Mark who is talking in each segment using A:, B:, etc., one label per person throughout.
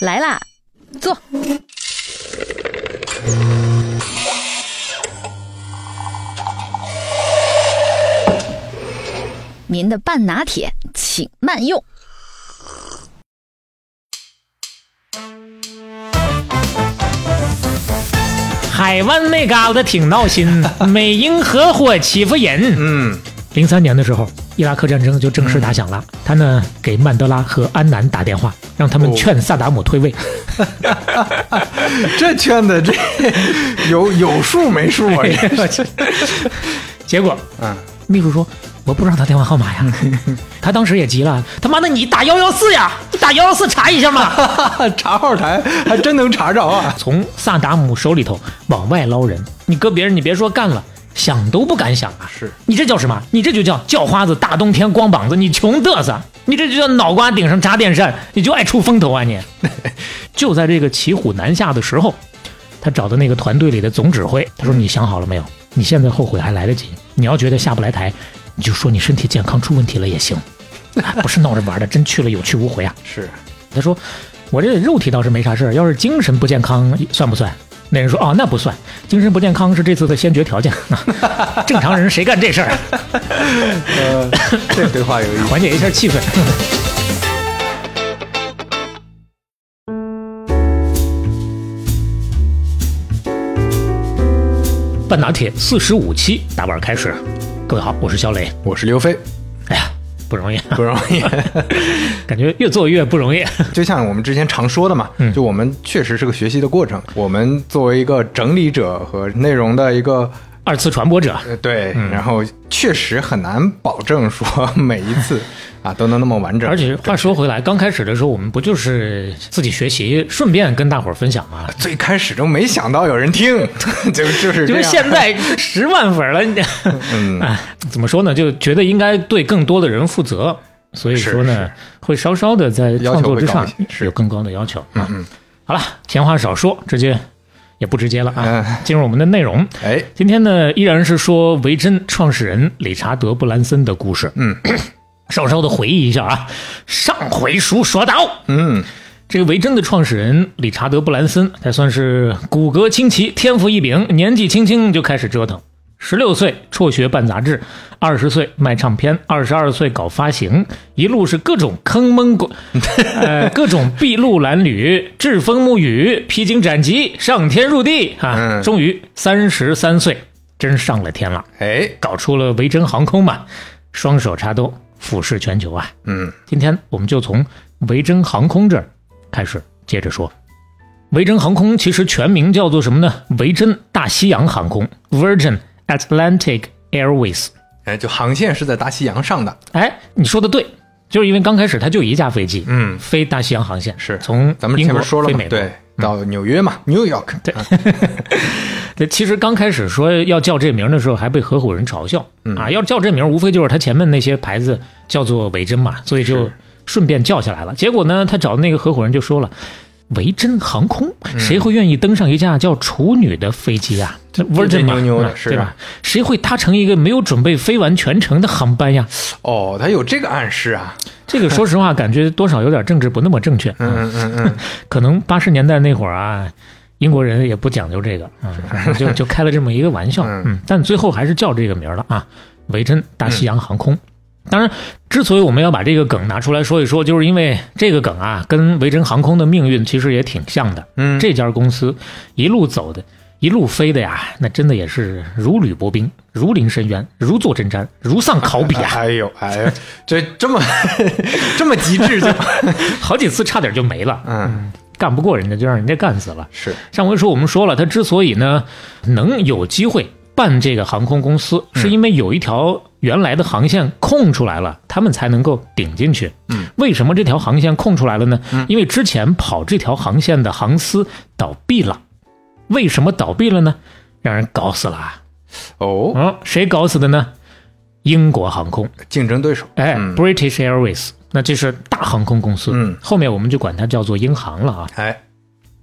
A: 来啦，坐。您的半拿铁，请慢用。
B: 海湾那嘎达挺闹 心，美英合伙欺负人。
C: 嗯，
B: 零三年的时候，伊拉克战争就正式打响了。他呢给曼德拉和安南打电话，让他们
C: 哦
B: 劝萨达姆退位。
C: 这圈子这有有数没数啊？这
B: 结果
C: 嗯，
B: 秘书说：“我不知道他电话号码呀。”他当时也急了：“他妈的，你打幺幺四呀？你打幺幺四查一下嘛
C: 查号台还真能查着啊！”
B: 从萨达姆手里头往外捞人，你搁别人，你别说干了，想都不敢想啊！
C: 是，
B: 你这叫什么？你这就叫叫花子，大冬天光膀子，你穷嘚瑟！你这就叫脑瓜顶上插电扇，你就爱出风头啊你！就在这个骑虎难下的时候，他找的那个团队里的总指挥，他说：“你想好了没有？你现在后悔还来得及。你要觉得下不来台，你就说你身体健康出问题了也行，哎不是闹着玩的，真去了有去无回啊。”
C: 是，
B: 他说：“我这肉体倒是没啥事儿，要是精神不健康算不算？”那人说：“哦，那不算，精神不健康是这次的先决条件。 啊正常人谁干这事儿啊？
C: 呃，这对话有意思。
B: 缓解一下气氛。” 半拿铁四十五期打板开始，各位好，我是肖磊。
C: 我是刘飞，
B: 哎呀，不容易，
C: 不容易。
B: 感觉越做越不容易。
C: 就像我们之前常说的嘛
B: 嗯，
C: 就我们确实是个学习的过程。我们作为一个整理者和内容的一个
B: 二次传播者，
C: 呃，对，然后确实很难保证说 每一次啊都能那么完整。
B: 而且话说回来，刚开始的时候，我们不就是自己学习，顺便跟大伙儿分享吗？
C: 最开始都没想到有人听， 就就是
B: 就
C: 这
B: 是
C: 样
B: 现 在十万粉了，你这，
C: 嗯
B: 哎，怎么说呢？就觉得应该对更多的人负责，所以说呢，会稍稍的在创作之上
C: 要求会高一些是嗯
B: 有更高的要求啊。好了，闲话少说，直接也不直接了啊
C: 嗯，
B: 进入我们的内容。
C: 哎，
B: 今天呢，依然是说维珍创始人理查德·布兰森的故事。
C: 嗯，
B: 稍稍的回忆一下啊，上回书说到，
C: 嗯，
B: 这个维珍的创始人理查德·布兰森，他算是骨骼清奇、天赋异禀，年纪轻轻就开始折腾。十六岁辍学办杂志，二十岁卖唱片，二十二岁搞发行，一路是各种坑蒙拐，呃，各种筚路蓝缕、栉风沐雨、披荆斩棘、上天入地啊！
C: 嗯
B: 终于三十三岁，真上了天了，
C: 哎，
B: 搞出了维珍航空嘛，双手插兜，俯视全球啊！
C: 嗯，
B: 今天我们就从维珍航空这儿开始接着说。维珍航空其实全名叫做什么呢？维珍大西洋航空 （Virgin Atlantic Airways）。
C: 哎，就航线是在大西洋上的，
B: 哎，你说的对，就是因为刚开始它就一架飞机，
C: 嗯
B: 飞大西洋航线
C: 是
B: 从
C: 咱们
B: 英
C: 前
B: 国
C: 面说了
B: 飞
C: 嘛
B: 美，国。嗯
C: 对，到纽约嘛，New York，对，
B: 对，其实刚开始说要叫这名的时候，还被合伙人嘲笑、
C: 嗯
B: 啊。要叫这名，无非就是他前面那些牌子叫做维珍嘛，所以就顺便叫下来了。结果呢，他找的那个合伙人就说了：“维珍航空，
C: 嗯
B: 谁会愿意登上一架叫处女的飞机啊？这 Virgin 嘛，
C: 妞妞的
B: 嗯
C: 是
B: 对吧？谁会搭乘一个没有准备飞完全程的航班呀？
C: 哦，他有这个暗示啊，
B: 这个说实话，感觉多少有点政治不那么正确。嗯
C: 嗯嗯 嗯，
B: 可能八十年代那会儿啊，英国人也不讲究这个，嗯，就就开了这么一个玩笑，
C: 嗯
B: 嗯，但最后还是叫这个名儿了啊，维珍大西洋航空。当然，之所以我们要把这个梗拿出来说一说，就是因为这个梗啊，跟维珍航空的命运其实也挺像的。
C: 嗯
B: 这家公司一路走的，一路飞的呀，那真的也是如履薄冰，如临深渊，如坐针毡，如丧考妣 啊！
C: 哎呦哎呦，这这么这么极 致就，
B: 好几次差点就没了，
C: 嗯，
B: 干不过人家就让人家干死了。
C: 是，
B: 上回说我们说了，他之所以呢能有机会办这个航空公司，
C: 嗯
B: 是因为有一条原来的航线空出来了，他们才能够顶进去。
C: 嗯，
B: 为什么这条航线空出来了呢？因为之前跑这条航线的航司倒闭了。为什么倒闭了呢？让人搞死了啊！
C: 哦，
B: 嗯，谁搞死的呢？英国航空，
C: 竞争对手，
B: 哎、
C: 嗯
B: b r i t i s h Airways，那这是大航空公司。
C: 嗯
B: 后面我们就管它叫做英航了啊。
C: 哎，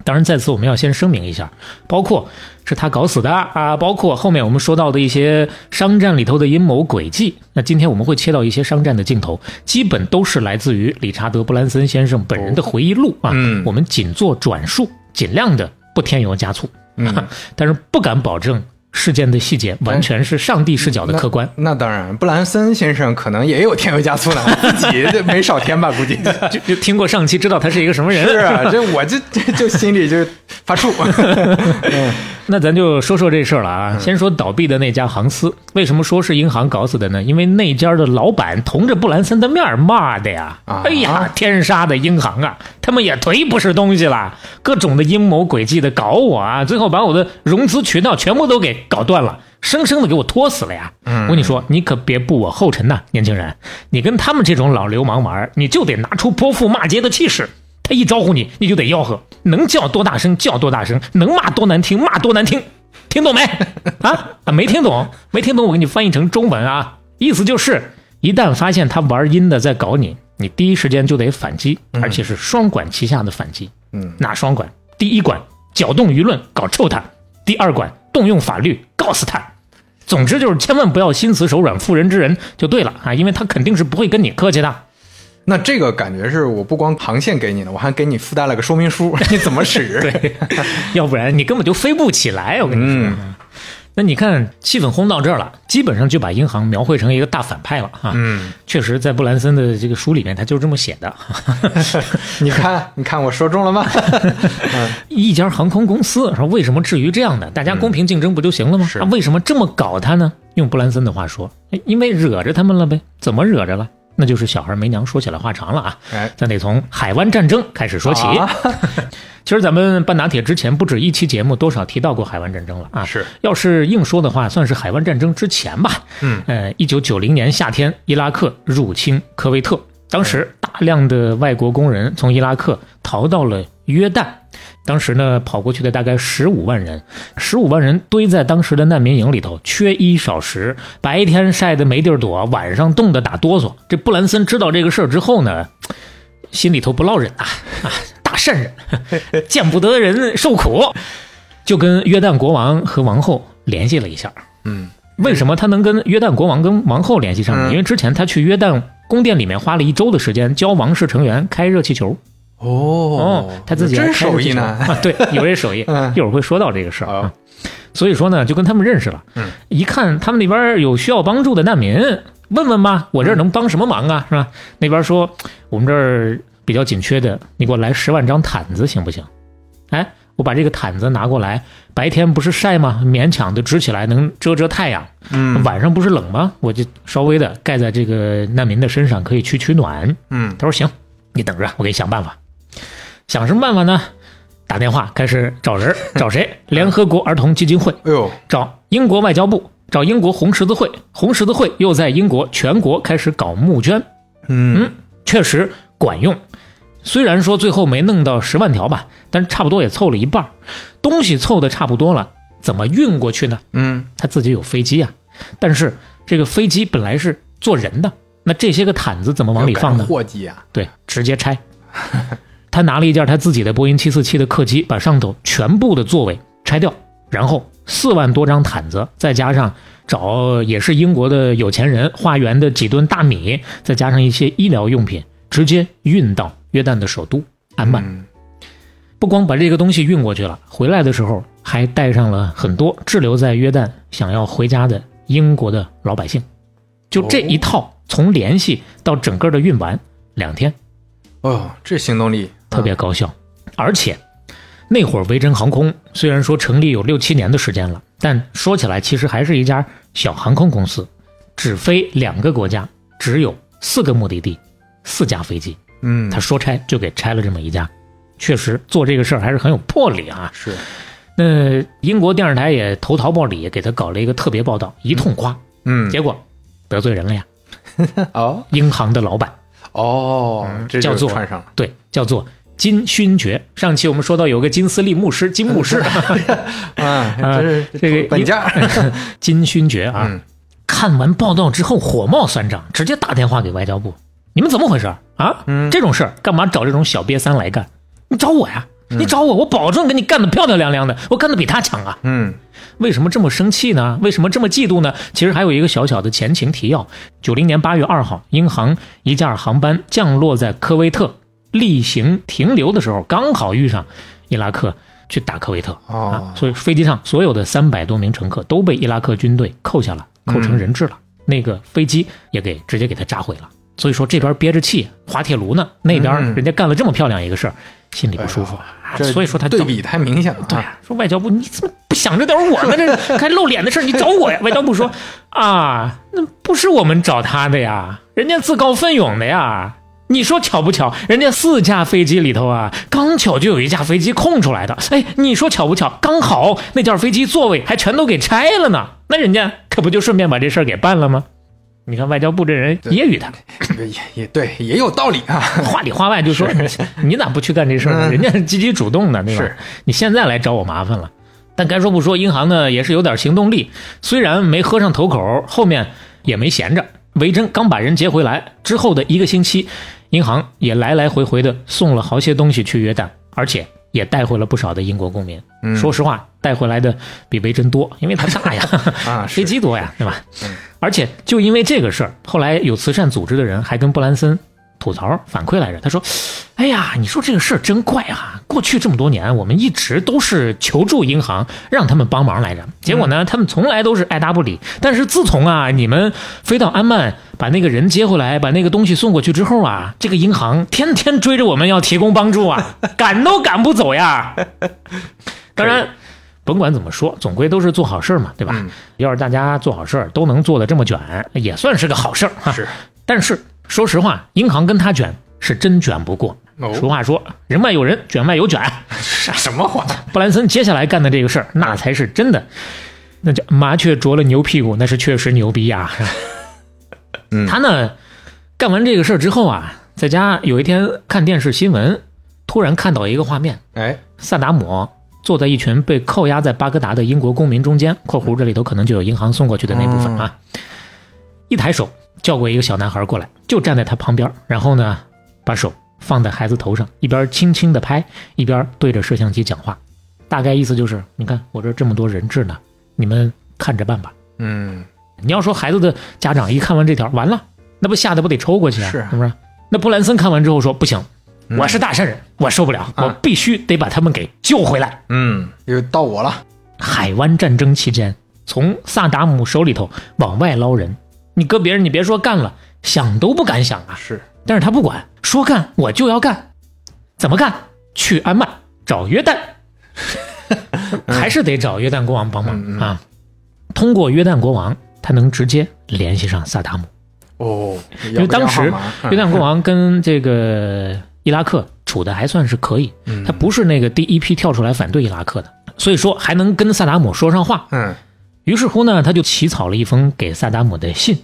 B: 当然，在此我们要先声明一下，包括是他搞死的啊，包括后面我们说到的一些商战里头的阴谋诡计。那今天我们会切到一些商战的镜头，基本都是来自于理查德·布兰森先生本人的回忆录啊。
C: 嗯
B: 我们仅做转述，尽量的不添油加醋，
C: 嗯
B: 但是不敢保证事件的细节完全是上帝视角的客观。
C: 嗯那当然，布兰森先生可能也有添油加醋呢，我自己这没少添吧，估计。
B: 就就听过上期，知道他是一个什么人。
C: 是啊，这我这这就心里就发怵。 嗯
B: 那咱就说说这事儿了啊。先说倒闭的那家航司，为什么说是银行搞死的呢？因为那家的老板同着布兰森的面儿骂的呀，
C: 啊
B: 哎呀，天杀的银行啊，他们也忒不是东西了，各种的阴谋诡计的搞我啊，最后把我的融资渠道全部都给搞断了。生生的给我拖死了呀！我跟你说，你可别步我后尘呐、年轻人！你跟他们这种老流氓玩儿，你就得拿出泼妇骂街的气势。他一招呼你，你就得吆喝，能叫多大声叫多大声，能骂多难听骂多难听，听懂没？啊啊，没听懂，没听懂，我给你翻译成中文啊，意思就是，一旦发现他玩阴的在搞你，你第一时间就得反击，而且是双管齐下的反击。
C: 嗯，
B: 哪双管？第一管搅动舆论，搞臭他；第二管动用法律，告死他。总之就是千万不要心慈手软、妇人之仁就对了啊，因为他肯定是不会跟你客气的。
C: 那这个感觉是我不光航线给你了，我还给你附带了个说明书， 你怎么使？
B: 对， 要不然你根本就飞不起来。我跟你说，
C: 嗯
B: 那你看气氛烘到这儿了，基本上就把银行描绘成一个大反派了啊。嗯，确实，在布兰森的这个书里面，他就是这么写的。
C: 你看，你看我说中了吗？
B: 一家航空公司说，为什么至于这样呢？大家公平竞争不就行了吗？
C: 嗯是
B: 啊为什么这么搞他呢？用布兰森的话说，哎因为惹着他们了呗。怎么惹着了？那就是小孩没娘，说起来话长了啊。
C: 哎，
B: 咱得从海湾战争开始说起。
C: 啊
B: 其实咱们半拿铁之前不止一期节目，多少提到过海湾战争了啊。
C: 是，
B: 要是硬说的话，算是海湾战争之前吧。
C: 嗯，
B: 呃，一九九零年夏天，伊拉克入侵科威特，当时大量的外国工人从伊拉克逃到了约旦。当时呢，跑过去的大概十五万人，十五万人堆在当时的难民营里头，缺衣少食，白天晒得没地儿躲，晚上冻得打哆嗦。这布兰森知道这个事儿之后呢，心里头不落忍啊 啊，大善人， 见不得人受苦，就跟约旦国王和王后联系了一下。
C: 嗯，
B: 为什么他能跟约旦国王跟王后联系上呢？
C: 嗯
B: 因为之前他去约旦宫殿里面花了一周的时间教王室成员开热气球。
C: 哦
B: 他自己还
C: 真
B: 开热
C: 手
B: 气
C: 艺
B: 球
C: 呢。
B: 啊，对，有这手艺，
C: 嗯
B: 一会儿会说到这个事儿
C: 好
B: 啊。所以说呢，就跟他们认识了。
C: 嗯，
B: 一看他们那边有需要帮助的难民，问问吧，我这儿能帮什么忙啊？是吧？那边说我们这儿比较紧缺的，你给我来十万张毯子行不行？哎，我把这个毯子拿过来，白天不是晒吗？勉强的支起来能遮遮太阳。
C: 嗯
B: 晚上不是冷吗？我就稍微的盖在这个难民的身上，可以取取暖。
C: 嗯，
B: 他说行，你等着，我给你想办法。想什么办法呢？打电话开始找人儿，找谁？联合国儿童基金会，
C: 哎呦，
B: 找英国外交部，找英国红十字会。红十字会又在英国全国开始搞募捐，
C: 嗯
B: 嗯，确实管用。虽然说最后没弄到十万条吧，但是差不多也凑了一半儿。东西凑的差不多了，怎么运过去呢？
C: 嗯
B: 他自己有飞机啊，但是这个飞机本来是坐人的，那这些个毯子怎么往里放
C: 要赶
B: 呢？
C: 货机啊，
B: 对，直接拆。他拿了一架他自己的波音747的客机，把上头全部的座位拆掉，然后四万多张毯子，再加上找也是英国的有钱人化缘的几吨大米，再加上一些医疗用品，直接运到约旦的首都安曼。
C: 嗯
B: 不光把这个东西运过去了，回来的时候还带上了很多滞留在约旦想要回家的英国的老百姓。就这一套，从联系到整个的运完，两天
C: 哦，这行动力
B: 特别高效。而且那会儿维珍航空虽然说成立有六七年的时间了，但说起来其实还是一家小航空公司，只飞两个国家，只有四个目的地，四架飞机。
C: 嗯，
B: 他说拆就给拆了这么一家，确实做这个事儿还是很有魄力啊。
C: 是
B: 那英国电视台也投桃报李，给他搞了一个特别报道，一通夸，
C: 嗯
B: 结果得罪人了呀，
C: 哦
B: 银行的老板，
C: 哦，这
B: 嗯叫
C: 就
B: 做
C: 串上了，
B: 对，叫做金勋爵。上期我们说到有个金丝利牧师，金牧 师，
C: 嗯，
B: 啊
C: 这是
B: 这个
C: 本家，
B: 金勋爵啊，
C: 嗯
B: 看完报道之后火冒三丈，直接打电话给外交部，你们怎么回事啊？
C: 嗯
B: 这种事儿干嘛找这种小瘪三来干？你找我呀？
C: 嗯
B: 你找我，我保证给你干得漂漂亮亮的，我干得比他强啊！
C: 嗯
B: 为什么这么生气呢？为什么这么嫉妒呢？其实还有一个小小的前情提要：九零年八月二号，英航一架航班降落在科威特，例行停留的时候，刚好遇上伊拉克去打科威特、
C: 哦
B: 啊，所以飞机上所有的三百多名乘客都被伊拉克军队扣下了，
C: 嗯
B: 扣成人质了。那个飞机也给直接给他炸毁了。所以说这边憋着气滑铁卢呢，那边
C: 嗯哎
B: 人家干了这么漂亮一个事儿，心里不舒服。啊
C: 这
B: 所以说他
C: 对啊
B: 整
C: 比太明显了。
B: 对哎呀、说外交部你怎么不想着点我呢？ 这还露脸的事儿你找我呀？外交部说啊，那不是我们找他的呀，人家自告奋勇的呀。你说巧不巧？人家四架飞机里头啊，刚巧就有一架飞机空出来的。哎，你说巧不巧？刚好那架飞机座位还全都给拆了呢。那人家可不就顺便把这事儿给办了吗？你看外交部这人
C: 对
B: 揶揄他，
C: 哎也也对，也有道理啊。
B: 话里话外就说你你咋不去干这事儿呢？
C: 嗯
B: 人家是积极主动的，对吧
C: 是？
B: 你现在来找我麻烦了。但该说不说，银行呢也是有点行动力，虽然没喝上头口，后面也没闲着。维珍刚把人接回来之后的一个星期，银行也来来回回的送了好些东西去约旦，而且也带回了不少的英国公民。
C: 嗯
B: 说实话，带回来的比维珍多，因为它大呀。
C: 啊，
B: 飞
C: 是
B: 机多呀，对吧
C: 嗯？
B: 而且就因为这个事儿，后来有慈善组织的人还跟布兰森吐槽反馈来着，他说：“哎呀，你说这个事儿真怪啊！过去这么多年，我们一直都是求助银行，让他们帮忙来着。结果
C: 嗯
B: 呢，他们从来都是爱答不理。但是自从啊，你们飞到安曼，把那个人接回来，把那个东西送过去之后啊，这个银行天天追着我们要提供帮助 啊，赶都赶不走呀。当然，甭管怎么说，总归都是做好事儿嘛，对吧？
C: 嗯
B: 要是大家做好事儿都能做得这么卷，也算是个好事儿哈。
C: 是
B: 但是说实话，银行跟他卷是真卷不过。俗
C: 哦，
B: 话说，人外有人，卷外有卷。
C: 什么话？
B: 布兰森接下来干的这个事儿，那才是真的，那叫麻雀啄了牛屁股，那是确实牛逼呀、
C: 嗯
B: 他呢，干完这个事儿之后啊，在家有一天看电视新闻，突然看到一个画面，
C: 哎，
B: 萨达姆坐在一群被扣押在巴格达的英国公民中间（括弧这里头可能就有银行送过去的那部分啊），
C: 嗯
B: 一抬手叫过一个小男孩过来，就站在他旁边，然后呢，把手放在孩子头上，一边轻轻的拍，一边对着摄像机讲话，大概意思就是：你看我这儿这么多人质呢，你们看着办吧。
C: 嗯，
B: 你要说孩子的家长一看完这条，完了，那不吓得不得抽过去啊？
C: 是啊
B: 不是？那布兰森看完之后说：“不行，
C: 嗯
B: 我是大善人，我受不了，
C: 啊
B: 我必须得把他们给救回来。
C: 嗯，又到我了。
B: 海湾战争期间，从萨达姆手里头往外捞人，你搁别人，你别说干了，想都不敢想啊。
C: 是，
B: 但是他不管，说干我就要干，怎么干？去安曼找约旦，还是得找约旦国王帮忙、
C: 嗯嗯嗯
B: 啊。通过约旦国王，他能直接联系上萨达姆。
C: 哦，因
B: 因为当时约旦国
C: 王，
B: 王跟这个伊拉克处的还算是可以，
C: 嗯
B: 他不是那个第一批跳出来反对伊拉克的，所以说还能跟萨达姆说上话。
C: 嗯，
B: 于是乎呢，他就起草了一封给萨达姆的信，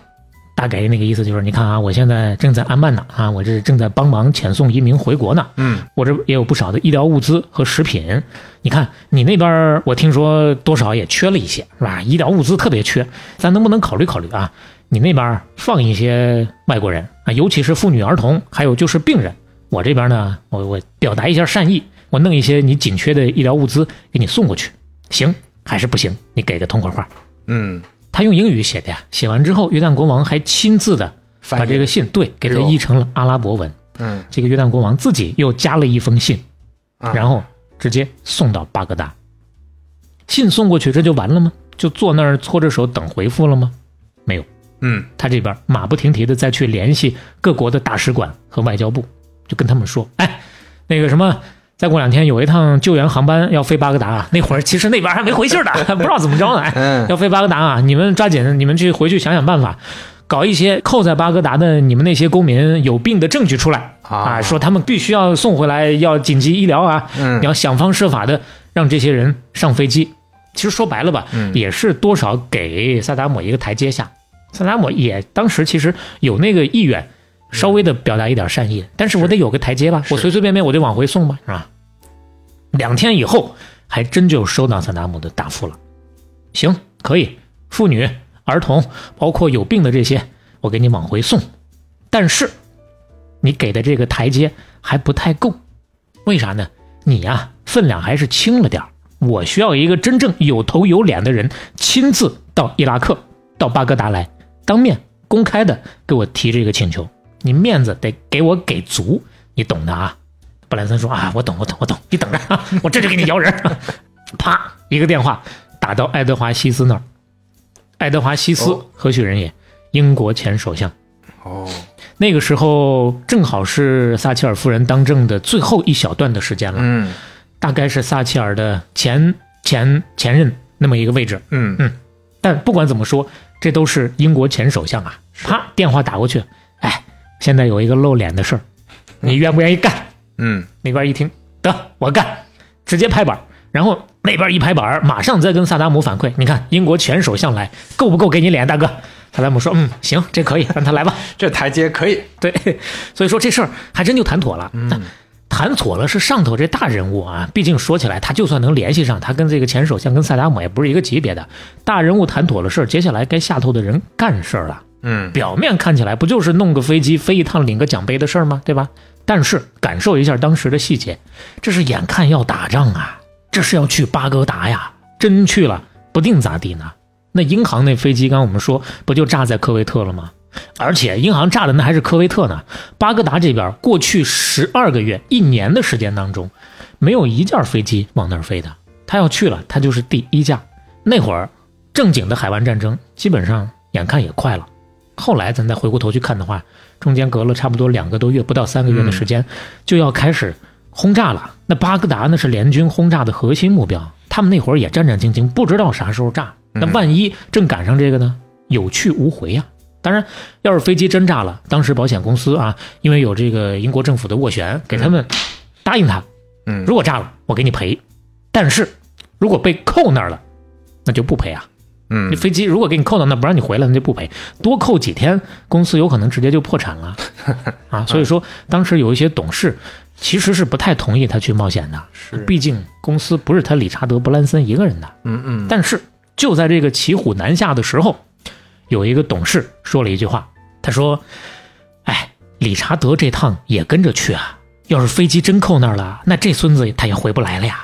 B: 大概那个意思就是：你看啊，我现在正在安曼呢，啊，我这正在帮忙遣送移民回国呢，
C: 嗯，
B: 我这也有不少的医疗物资和食品。你看你那边儿，我听说多少也缺了一些，是吧？医疗物资特别缺，咱能不能考虑考虑啊？你那边儿放一些外国人啊，尤其是妇女、儿童，还有就是病人。我这边呢，我我表达一下善意，我弄一些你紧缺的医疗物资给你送过去，行还是不行？你给个痛快话。
C: 嗯，
B: 他用英语写的呀，写完之后，约旦国王还亲自的
C: 翻译
B: 把这个信对给他
C: 哎呦
B: 译成了阿拉伯文。
C: 嗯，
B: 这个约旦国王自己又加了一封信，
C: 啊
B: 然后直接送到巴格达。信送过去，这就完了吗？就坐那儿搓着手等回复了吗？没有，
C: 嗯，
B: 他这边马不停蹄的再去联系各国的大使馆和外交部，就跟他们说，哎，那个什么。再过两天有一趟救援航班要飞巴格达啊，那会儿其实那边还没回信儿呢， 还不知道怎么着呢。哎
C: 嗯，
B: 要飞巴格达啊！你们抓紧，你们去回去想想办法，搞一些扣在巴格达的你们那些公民有病的证据出来啊，
C: 啊
B: 说他们必须要送回来，要紧急医疗啊！
C: 嗯
B: 你要想方设法的让这些人上飞机。其实说白了吧，
C: 嗯
B: 也是多少给萨达姆一个台阶下。萨达姆也当时其实有那个意愿，稍微的表达一点善意，但是我得有个台阶吧，
C: 嗯是
B: 我随随便便我得往回送吧，是吧？两天以后，还真就收到萨达姆的答复了。行，可以，妇女、儿童，包括有病的这些，我给你往回送。但是，你给的这个台阶还不太够，为啥呢？你呀、分量还是轻了点儿。我需要一个真正有头有脸的人亲自到伊拉克、到巴格达来，当面公开的给我提这个请求。你面子得给我给足，你懂的啊。布兰森说啊，我懂，我懂，我懂，你等着， 啊，我这就给你摇人。 啪，一个电话打到爱德华西斯那儿。爱德华西斯
C: 哦
B: 何许人也？英国前首相。
C: 哦，
B: 那个时候正好是撒切尔夫人当政的最后一小段的时间了，
C: 嗯
B: 大概是撒切尔的前前前任那么一个位置。
C: 嗯
B: 但不管怎么说，这都是英国前首相啊！啪，电话打过去，哎，现在有一个露脸的事儿，你愿不愿意干？
C: 嗯，
B: 那边一听，得我干，直接拍板儿。然后那边一拍板儿，马上再跟萨达姆反馈，你看英国前首相来，够不够给你脸，大哥？萨达姆说，嗯，行，这可以，让他来吧。
C: 这台阶可以，
B: 对，所以说这事儿还真就谈妥了。嗯，谈妥了是上头这大人物啊，毕竟说起来，他就算能联系上，他跟这个前首相跟萨达姆也不是一个级别的。大人物谈妥了事儿，接下来该下头的人干事儿了。
C: 嗯
B: 表面看起来不就是弄个飞机飞一趟领个奖杯的事儿吗？对吧？但是感受一下当时的细节，这是眼看要打仗啊，这是要去巴格达呀，真去了不定咋地呢。那英航那飞机，刚刚我们说不就炸在科威特了吗？而且英航炸的那还是科威特呢。巴格达这边过去十二个月、一年的时间当中，没有一架飞机往那儿飞的。他要去了，他就是第一架。那会儿正经的海湾战争基本上眼看也快了。后来咱再回过头去看的话，中间隔了差不多两个多月，不到三个月的时间，就要开始轰炸了。那巴格达那是联军轰炸的核心目标，他们那会儿也战战兢兢，不知道啥时候炸。那万一正赶上这个呢？有去无回呀、当然，要是飞机真炸了，当时保险公司啊，因为有这个英国政府的斡旋，给他们答应他，
C: 嗯
B: 如果炸了，我给你赔。但是如果被扣那儿了，那就不赔啊。
C: 嗯
B: 你飞机如果给你扣到那儿不让你回来，那就不赔。多扣几天，公司有可能直接就破产 了啊。所以说，当时有一些董事其实是不太同意他去冒险的，
C: 是
B: 毕竟公司不是他理查德·布兰森一个人的。
C: 嗯嗯，
B: 但是就在这个骑虎难下的时候，有一个董事说了一句话，他说：“哎，理查德这趟也跟着去啊，要是飞机真扣那儿了，那这孙子他也回不来了呀。”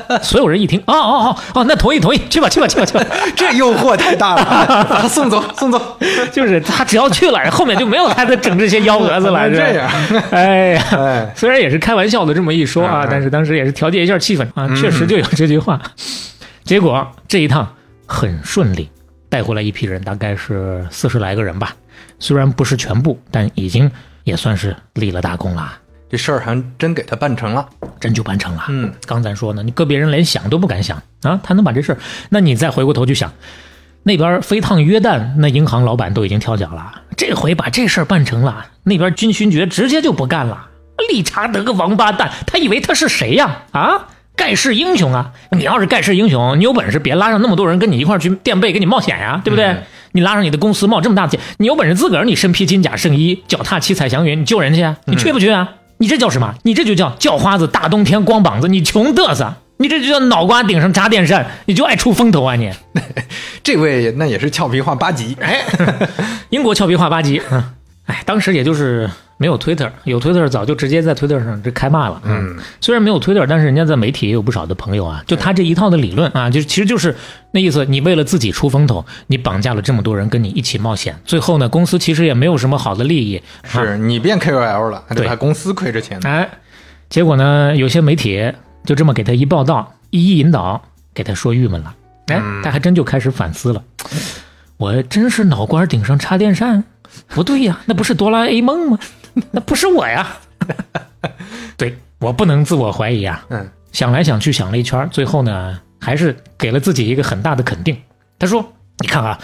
B: 所有人一听，哦哦哦哦，那同意同意，去吧去吧去吧去吧，
C: 这诱惑太大了，把他送走送走，
B: 就是他只要去了，后面就没有他的整这些幺蛾子 了，是吧
C: 这，样，
B: 哎呀。
C: 哎，
B: 虽然也是开玩笑的这么一说啊
C: 嗯嗯，嗯
B: 但是当时也是调节一下气氛啊，确实就有这句话。结果这一趟很顺利，带回来一批人，大概是四十来个人吧。虽然不是全部，但已经也算是立了大功了，
C: 这事儿还真给他办成了，
B: 真就办成了。
C: 嗯，
B: 刚才说呢，你个别人连想都不敢想啊，他能把这事儿，那你再回过头去想，那边飞趟约旦，那银行老板都已经跳脚了，这回把这事儿办成了，那边军巡局直接就不干了。理查德个王八蛋，他以为他是谁呀、啊？盖世英雄啊！你要是盖世英雄，你有本事别拉上那么多人跟你一块儿去垫背，跟你冒险呀、对不对？你拉上你的公司冒这么大的险，你有本事自个儿你身披金甲圣衣，脚踏七彩祥云，你救人去啊？你去不去啊？你这叫什么？你这就叫叫花子大冬天光膀子，你穷嘚瑟！你这就叫脑瓜顶上扎电扇，你就爱出风头啊你！
C: 这位那也是俏皮话八级，哎，
B: 英国俏皮话八级，嗯，哎，当时也就是没有 Twitter，有 Twitter 早就直接在 Twitter 上这开骂了，嗯，虽然没有 Twitter，但是人家在媒体也有不少的朋友啊，就他这一套的理论啊，就其实就是那意思，你为了自己出风头，你绑架了这么多人跟你一起冒险，最后呢，公司其实也没有什么好的利益，啊
C: 是你变 KOL 了，还得
B: 对
C: 把公司亏着钱呢，
B: 哎，结果呢，有些媒体就这么给他一报道，一一引导，给他说郁闷了。哎，他还真就开始反思了。我真是脑瓜顶上插电扇？不对呀，那不是哆啦 A 梦吗？那不是我呀。 对我不能自我怀疑啊。
C: 嗯，
B: 想来想去想了一圈儿，最后呢，还是给了自己一个很大的肯定。他说：“你看啊，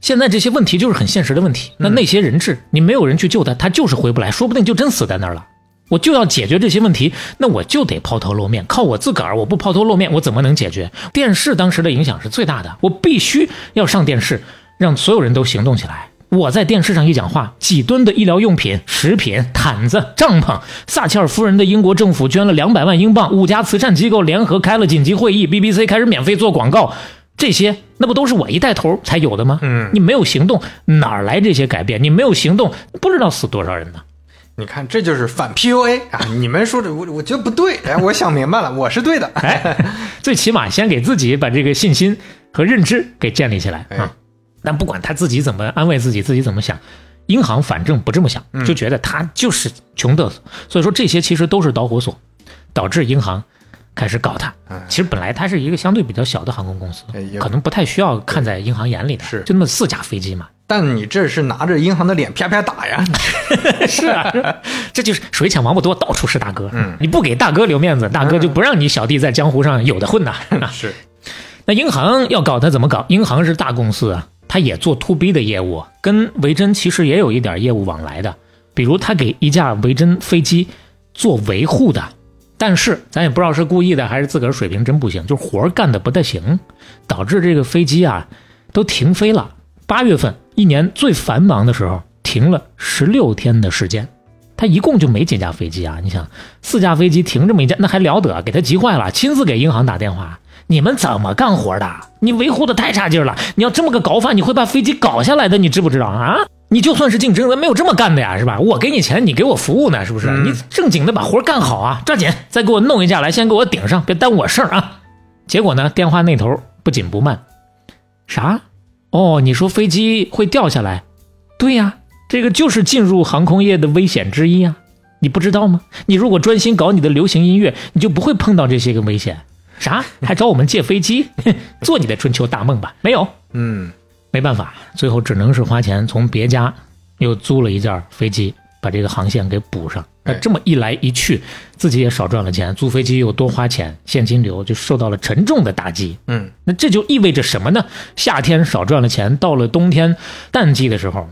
B: 现在这些问题就是很现实的问题。那那些人质，你没有人去救他，他就是回不来，说不定就真死在那儿了。我就要解决这些问题，那我就得抛头露面，靠我自个儿，我不抛头露面，我怎么能解决？电视当时的影响是最大的，我必须要上电视，让所有人都行动起来。”我在电视上一讲话，几吨的医疗用品、食品、毯子、帐篷，撒切尔夫人的英国政府捐了两百万英镑，五家慈善机构联合开了紧急会议，BBC 开始免费做广告，这些那不都是我一带头才有的吗？嗯，你没有行动，哪儿来这些改变？你没有行动，不知道死多少人呢。
C: 你看，这就是反 PUA 啊！你们说的，我我觉得不对，哎，我想明白了，我是对的。
B: 哎，最起码先给自己把这个信心和认知给建立起来
C: 哎
B: 啊。但不管他自己怎么安慰自己，自己怎么想，银行反正不这么想，
C: 嗯
B: 就觉得他就是穷嘚瑟。所以说这些其实都是导火索，导致银行开始搞他
C: 哎。
B: 其实本来它是一个相对比较小的航空公司
C: 哎也，
B: 可能不太需要看在银行眼里的，
C: 是
B: 就那么四架飞机嘛。
C: 但你这是拿着银行的脸啪啪打呀！
B: 是啊，是啊这就是水抢王八多，到处是大哥。
C: 嗯
B: 你不给大哥留面子，大哥就不让你小弟在江湖上有的混呐。
C: 是，
B: 那银行要搞它怎么搞？银行是大公司啊，它也做 to B 的业务，跟维珍其实也有一点业务往来的。比如他给一架维珍飞机做维护的，但是咱也不知道是故意的还是自个儿水平真不行，就是活儿干的不太行，导致这个飞机啊都停飞了。八月份一年最繁忙的时候，停了十六天的时间。他一共就没几架飞机啊！你想，四架飞机停这么一架，那还了得？给他急坏了，亲自给银行打电话。你们怎么干活的？你维护的太差劲了！你要这么个搞法，你会把飞机搞下来的，你知不知道啊？你就算是竞争，咱没有这么干的呀，是吧？我给你钱，你给我服务呢，是不是？
C: 嗯
B: 你正经的把活干好啊！抓紧，再给我弄一架来，先给我顶上，别耽误我事儿啊！结果呢，电话那头不紧不慢，啥？哦，你说飞机会掉下来？对呀、这个就是进入航空业的危险之一啊！你不知道吗？你如果专心搞你的流行音乐，你就不会碰到这些个危险。啥？还找我们借飞机？ 哼做你的春秋大梦吧！没有，
C: 嗯，
B: 没办法，最后只能是花钱从别家又租了一架飞机，把这个航线给补上。那
C: 哎
B: 这么一来一去，自己也少赚了钱，租飞机又多花钱，现金流就受到了沉重的打击。
C: 嗯，
B: 那这就意味着什么呢？夏天少赚了钱，到了冬天淡季的时候，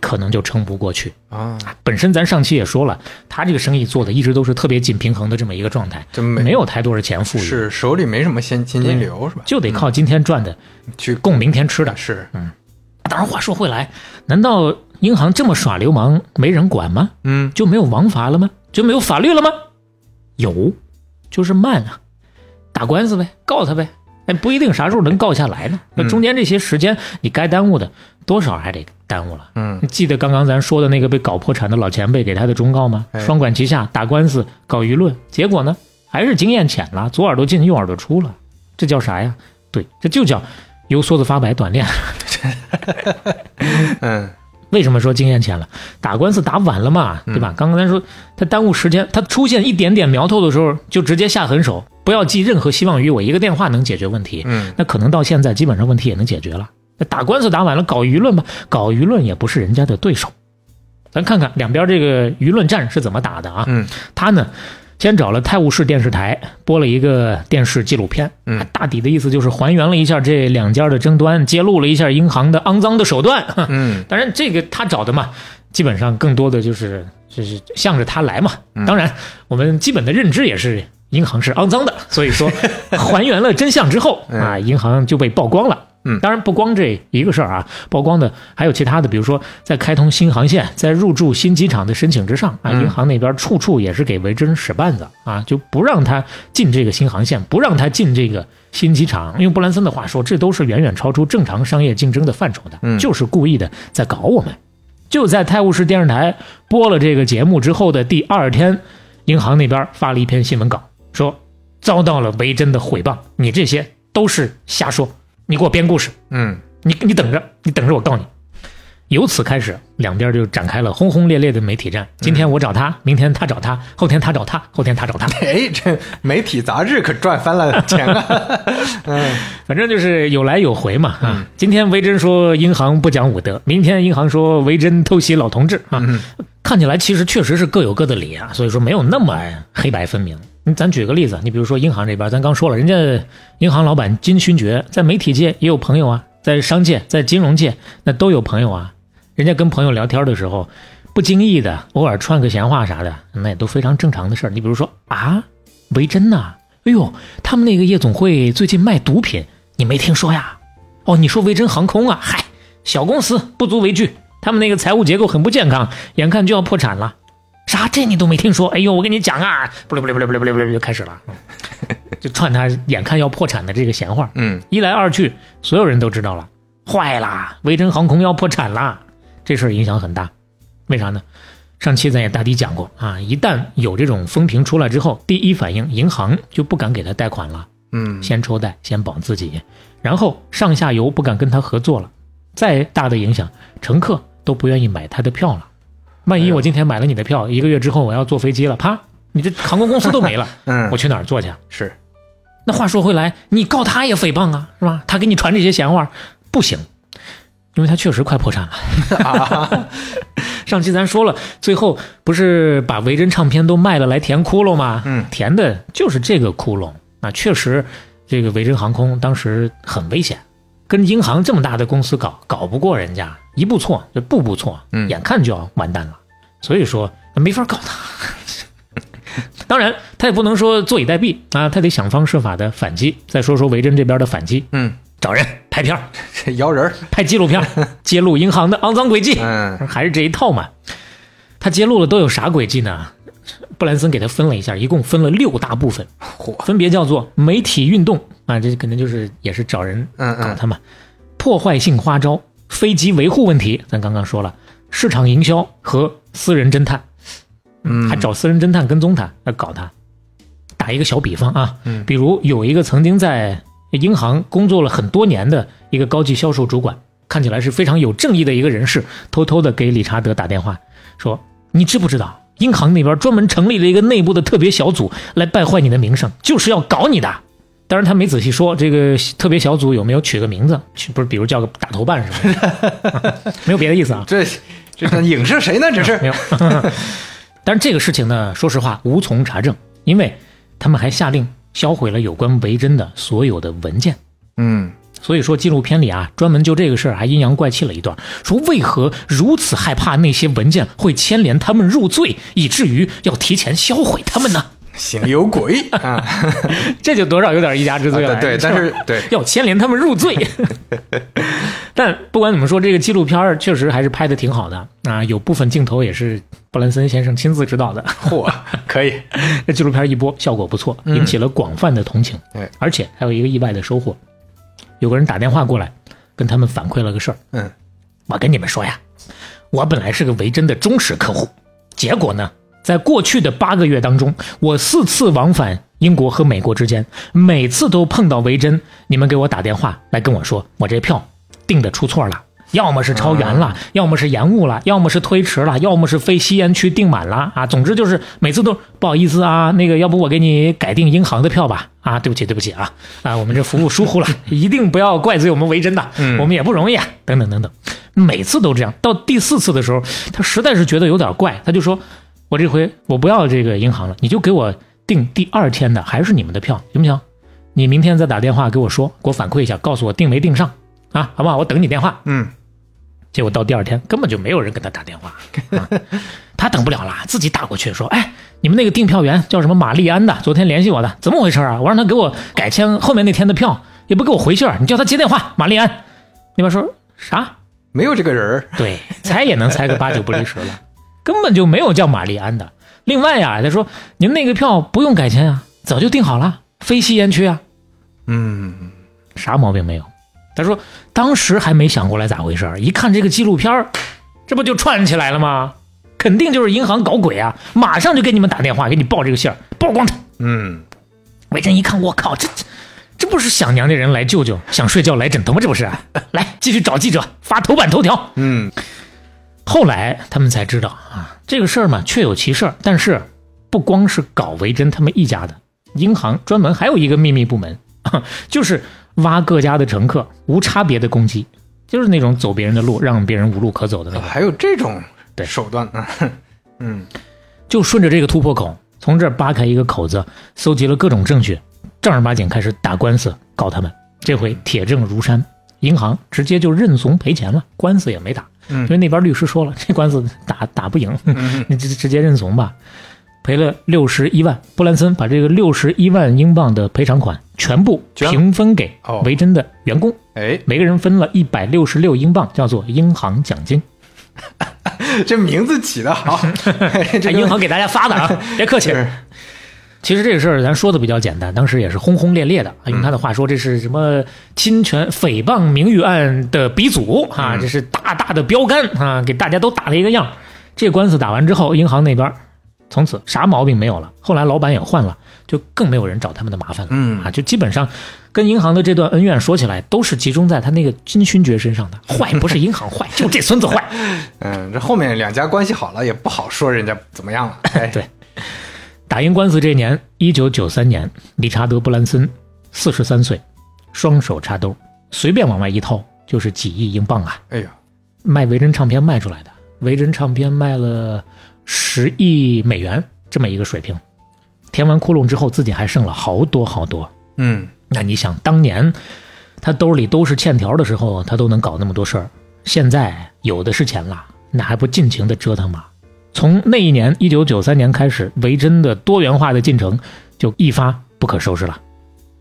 B: 可能就撑不过去。
C: 啊，
B: 本身咱上期也说了，他这个生意做的一直都是特别紧平衡的这么一个状态，
C: 就没
B: 有太多的钱富裕，
C: 是手里没什么现现金流是吧？
B: 就得靠今天赚的
C: 去
B: 供明天吃的。
C: 是，
B: 当然话说回来，难道银行这么耍流氓没人管吗？
C: 嗯，
B: 就没有王法了吗？就没有法律了吗？有，就是慢啊，打官司呗，告他呗。哎，不一定啥时候能告下来呢。那中间这些时间，你该耽误的多少还得耽误了。
C: 嗯，
B: 记得刚刚咱说的那个被搞破产的老前辈给他的忠告吗？
C: 哎
B: 双管齐下，打官司，搞舆论，结果呢，还是经验浅了，左耳朵进右耳朵出了，这叫啥呀？对，这就叫由梭子发白短练。
C: 嗯，
B: 为什么说经验浅了？打官司打晚了嘛，对吧？刚刚咱说他耽误时间，他出现一点点苗头的时候就直接下狠手，不要寄任何希望于我一个电话能解决问题。
C: 嗯，
B: 那可能到现在基本上问题也能解决了。那打官司打晚了，搞舆论吧，搞舆论也不是人家的对手。咱看看两边这个舆论战是怎么打的啊？
C: 嗯，
B: 他呢，先找了泰晤士电视台播了一个电视纪录片，啊
C: 嗯
B: 大抵的意思就是还原了一下这两家的争端，揭露了一下银行的肮脏的手段。
C: 嗯，
B: 当然，这个他找的嘛，基本上更多的就是就是向着他来嘛。当然，我们基本的认知也是银行是肮脏的，所以说还原了真相之后
C: 嗯
B: 啊，银行就被曝光了。
C: 嗯
B: 当然不光这一个事儿啊，曝光的还有其他的，比如说在开通新航线、在入驻新机场的申请之上啊，
C: 嗯
B: 银行那边处处也是给维珍使绊子啊，就不让他进这个新航线，不让他进这个新机场。用布兰森的话说，这都是远远超出正常商业竞争的范畴的，
C: 嗯
B: 就是故意的在搞我们。就在泰晤士电视台播了这个节目之后的第二天，银行那边发了一篇新闻稿，说遭到了维珍的毁谤，你这些都是瞎说，你给我编故事，
C: 嗯，
B: 你你等着，你等着我告你。由此开始，两边就展开了轰轰烈烈的媒体战。今天我找他，明天他找他，后天他找他，后天他找他，
C: 哎，这媒体杂志可赚翻了钱 啊！
B: 反正就是有来有回嘛啊。今天维珍说银行不讲武德，明天银行说维珍偷袭老同志啊。看起来其实确实是各有各的理啊，所以说没有那么黑白分明。嗯咱举个例子，你比如说银行这边，咱刚说了，人家银行老板金勋爵在媒体界也有朋友啊，在商界、在金融界那都有朋友啊。人家跟朋友聊天的时候，不经意的偶尔串个闲话啥的，那也都非常正常的事儿。你比如说啊，维珍呐、哎呦，他们那个夜总会最近卖毒品，你没听说呀？哦，你说维珍航空啊？嗨，小公司不足为惧，他们那个财务结构很不健康，眼看就要破产了。啥？这你都没听说？哎呦，我跟你讲啊，不溜不溜不溜不溜不溜不溜就开始了，嗯就串他眼看要破产的这个闲话。
C: 嗯，
B: 一来二去，所有人都知道了，坏啦，维珍航空要破产啦，这事儿影响很大。为啥呢？上期咱也大体讲过啊，一旦有这种风评出来之后，第一反应银行就不敢给他贷款了，
C: 嗯，
B: 先抽贷，先保自己，然后上下游不敢跟他合作了。再大的影响，乘客都不愿意买他的票了。万
C: 哎
B: 一我今天买了你的票，一个月之后我要坐飞机了，啪，你这航空公司都没了，
C: 嗯
B: 我去哪儿坐去啊？
C: 是
B: 那话说回来，你告他也诽谤啊，是吧？他给你传这些闲话，不行，因为他确实快破产了。 上期咱说了，最后不是把维珍唱片都卖了来填窟窿吗？
C: 嗯
B: 填的就是这个窟窿啊。确实，这个维珍航空当时很危险，跟银行这么大的公司搞，搞不过人家，一步错就步步错，
C: 嗯
B: 眼看就要完蛋了。所以说没法告他。当然，他也不能说坐以待毙啊，他得想方设法的反击。再说说维珍这边的反击，
C: 嗯，
B: 找人拍片儿、
C: 这摇人儿，
B: 拍纪录片儿， 揭露银行的肮脏诡 计。
C: 嗯
B: 还是这一套嘛。他揭露了都有啥轨迹呢？布兰森给他分了一下，一共分了六大部分，
C: 火，
B: 分别叫做媒体运动啊，这肯定就是也是找人
C: 嗯
B: 搞
C: 嗯
B: 他嘛，破坏性花招、飞机维护问题，咱刚刚说了，市场营销和私人侦探，
C: 嗯，
B: 还找私人侦探跟踪他，要搞他。打一个小比方啊，
C: 嗯
B: 比如有一个曾经在银行工作了很多年的一个高级销售主管，看起来是非常有正义的一个人士，偷偷的给理查德打电话说：“你知不知道，银行那边专门成立了一个内部的特别小组来败坏你的名声，就是要搞你的。”当然，他没仔细说这个特别小组有没有取个名字， 取不是比如叫个大头办什么 的，没有别的意思啊。
C: 这这这影射谁呢？这是
B: 没有。但是这个事情呢，说实话无从查证，因为他们还下令销毁了有关维珍的所有的文件。
C: 嗯
B: 所以说，纪录片里啊，专门就这个事儿还阴阳怪气了一段，说为何如此害怕那些文件会牵连他们入罪，以至于要提前销毁他们呢？
C: 行有鬼啊！
B: 这就多少有点一家之罪了。
C: 啊 对，
B: 你知道
C: 但
B: 吗
C: 是对，
B: 要牵连他们入罪。 但不管怎么说，这个纪录片儿确实还是拍的挺好的啊，有部分镜头也是布兰森先生亲自指导的。
C: 嚯，可以，
B: 这纪录片一播，效果不错，引起了广泛的同情。
C: 对
B: 而且还有一个意外的收获，有个人打电话过来，跟他们反馈了个事儿。
C: 嗯，
B: 我跟你们说呀，我本来是个维珍的忠实客户，结果呢，在过去的八个月当中，我四次往返英国和美国之间，每次都碰到维珍。你们给我打电话来跟我说，我这票订的出错了。要么是超员了，要么是延误了，要么是推迟了，要么是非吸烟区订满了啊！总之就是每次都不好意思啊，那个要不我给你改订银行的票吧？啊，对不起，对不起啊啊，我们这服务疏忽了，一定不要怪罪我们维珍的，我们也不容易啊，等等等等。每次都这样。到第四次的时候，他实在是觉得有点怪，他就说：“我这回我不要这个银行了，你就给我订第二天的，还是你们的票，行不行？你明天再打电话给我说，给我反馈一下，告诉我订没订上啊，好不好？我等你电话。”
C: 嗯，
B: 结果到第二天根本就没有人给他打电话，啊、他等不了了，自己打过去说：“哎，你们那个订票员叫什么玛丽安的，昨天联系我的，怎么回事啊？我让他给我改签后面那天的票，也不给我回信儿，你叫他接电话。”玛丽安那边说啥？
C: 没有这个人儿，
B: 对，猜也能猜个八九不离十了，根本就没有叫玛丽安的。另外呀、他说您那个票不用改签啊，早就订好了，非吸烟区啊，
C: 嗯，
B: 啥毛病没有。他说当时还没想过来咋回事儿，一看这个纪录片儿，这不就串起来了吗？肯定就是银行搞鬼啊！马上就给你们打电话，给你报这个信儿，曝光他。
C: 嗯，
B: 维珍一看，我靠，这这这不是想娘家人来舅舅，想睡觉来枕头吗？这不是、啊？ 来，继续找记者发头版头条。
C: 嗯，
B: 后来他们才知道啊，这个事儿嘛，确有其事儿。但是不光是搞维珍他们一家的，银行专门还有一个秘密部门， 就是挖各家的乘客，无差别的攻击，就是那种走别人的路，让别人无路可走的那种。
C: 还有这种
B: 嗯对
C: 手段呢，嗯
B: 就顺着这个突破口，从这儿扒开一个口子，搜集了各种证据，正儿八经开始打官司告他们。这回铁证如山，银行直接就认怂赔钱了，官司也没打，
C: 嗯
B: 因为那边律师说了，这官司打打不赢，
C: 嗯
B: 你直直接认怂吧，赔了六十一万。布兰森把这个六十一万英镑的赔偿款全部
C: 捐
B: 平分给
C: 哦
B: 维珍的员工，
C: 哎，
B: 每个人分了一百六十六英镑，叫做英行奖金。
C: 这名字起 的好，嘿
B: 这
C: 这
B: 哎银
C: 个
B: 行给大家发的 啊，别客气。
C: 是
B: 其实这个事儿咱说的比较简单，当时也是轰轰烈烈的。用他的话说，这是什么侵权、诽谤名誉案的鼻祖啊，这是大大的标杆啊，给大家都打了一个样。这官司打完之后，银行那边从此啥毛病没有了，后来老板也换了，就更没有人找他们的麻烦了。
C: 嗯
B: 啊，就基本上跟银行的这段恩怨说起来，都是集中在他那个金勋爵身上的。坏不是银行坏，就这孙子坏。，
C: 嗯，这后面两家关系好了，也不好说人家怎么样了。哎
B: 对打赢官司这年，一九九三年，理查德·布兰森四十三岁，双手插兜，随便往外一掏就是几亿英镑啊！
C: 哎呀，
B: 卖维珍唱片卖出来的，维珍唱片卖了十亿美元这么一个水平。填完窟窿之后，自己还剩了好多好多。
C: 嗯，
B: 那你想，当年他兜里都是欠条的时候，他都能搞那么多事儿，现在有的是钱了，那还不尽情的折腾吗？从那一年一九九三年开始，维珍的多元化的进程就一发不可收拾了。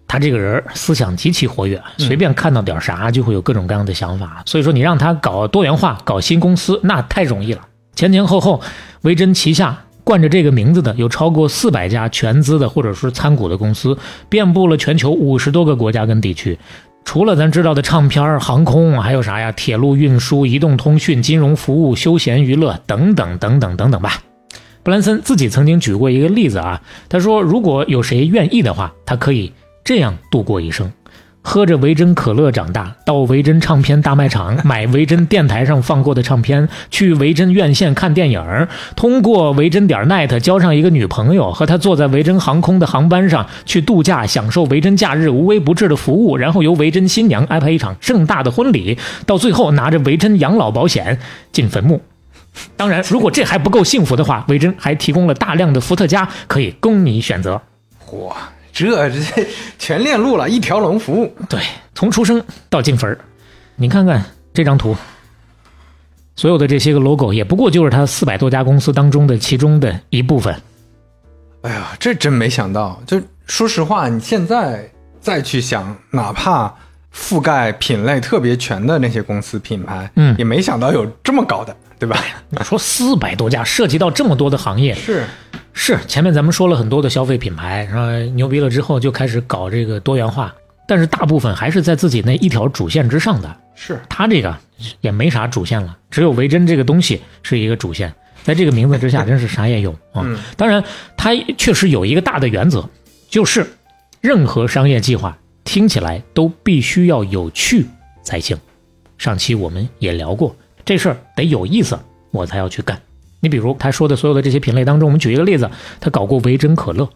B: 他这个人思想极其活跃，随便看到点啥就会有各种各样的想法。所以说，你让他搞多元化、搞新公司，那太容易了。前前后后，维珍旗下冠着这个名字的有超过四百家全资的或者是参股的公司，遍布了全球五十多个国家跟地区。除了咱知道的唱片儿、航空，还有啥呀？铁路运输、移动通讯、金融服务、休闲娱乐等等等等等等吧。布兰森自己曾经举过一个例子啊，他说如果有谁愿意的话，他可以这样度过一生：喝着维珍可乐长大，到维珍唱片大卖场买维珍电台上放过的唱片，去维珍院线看电影儿，通过维珍点儿 net 交上一个女朋友，和她坐在维珍航空的航班上去度假，享受维珍假日无微不至的服务，然后由维珍新娘安排一场盛大的婚礼，到最后拿着维珍养老保险进坟墓。当然，如果这还不够幸福的话，维珍还提供了大量的伏特加可以供你选择。
C: 嚯，这这全链路了，一条龙服务。
B: 对，从出生到进坟儿，你看看这张图，所有的这些个 logo 也不过就是他四百多家公司当中的其中的一部分。
C: 哎呀，这真没想到。就说实话，你现在再去想，哪怕覆盖品类特别全的那些公司品牌，
B: 嗯
C: 也没想到有这么高的，对吧？
B: 你说四百多家，涉及到这么多的行业，
C: 是，
B: 是前面咱们说了很多的消费品牌，然后牛逼了之后就开始搞这个多元化，但是大部分还是在自己那一条主线之上的。
C: 是，
B: 他这个也没啥主线了，只有维珍这个东西是一个主线，在这个名字之下，真是啥也有啊。
C: 嗯
B: 当然，他确实有一个大的原则，就是任何商业计划听起来都必须要有趣才行。上期我们也聊过，这事儿得有意思，我才要去干。你比如他说的所有的这些品类当中，我们举一个例子，他搞过维珍可乐，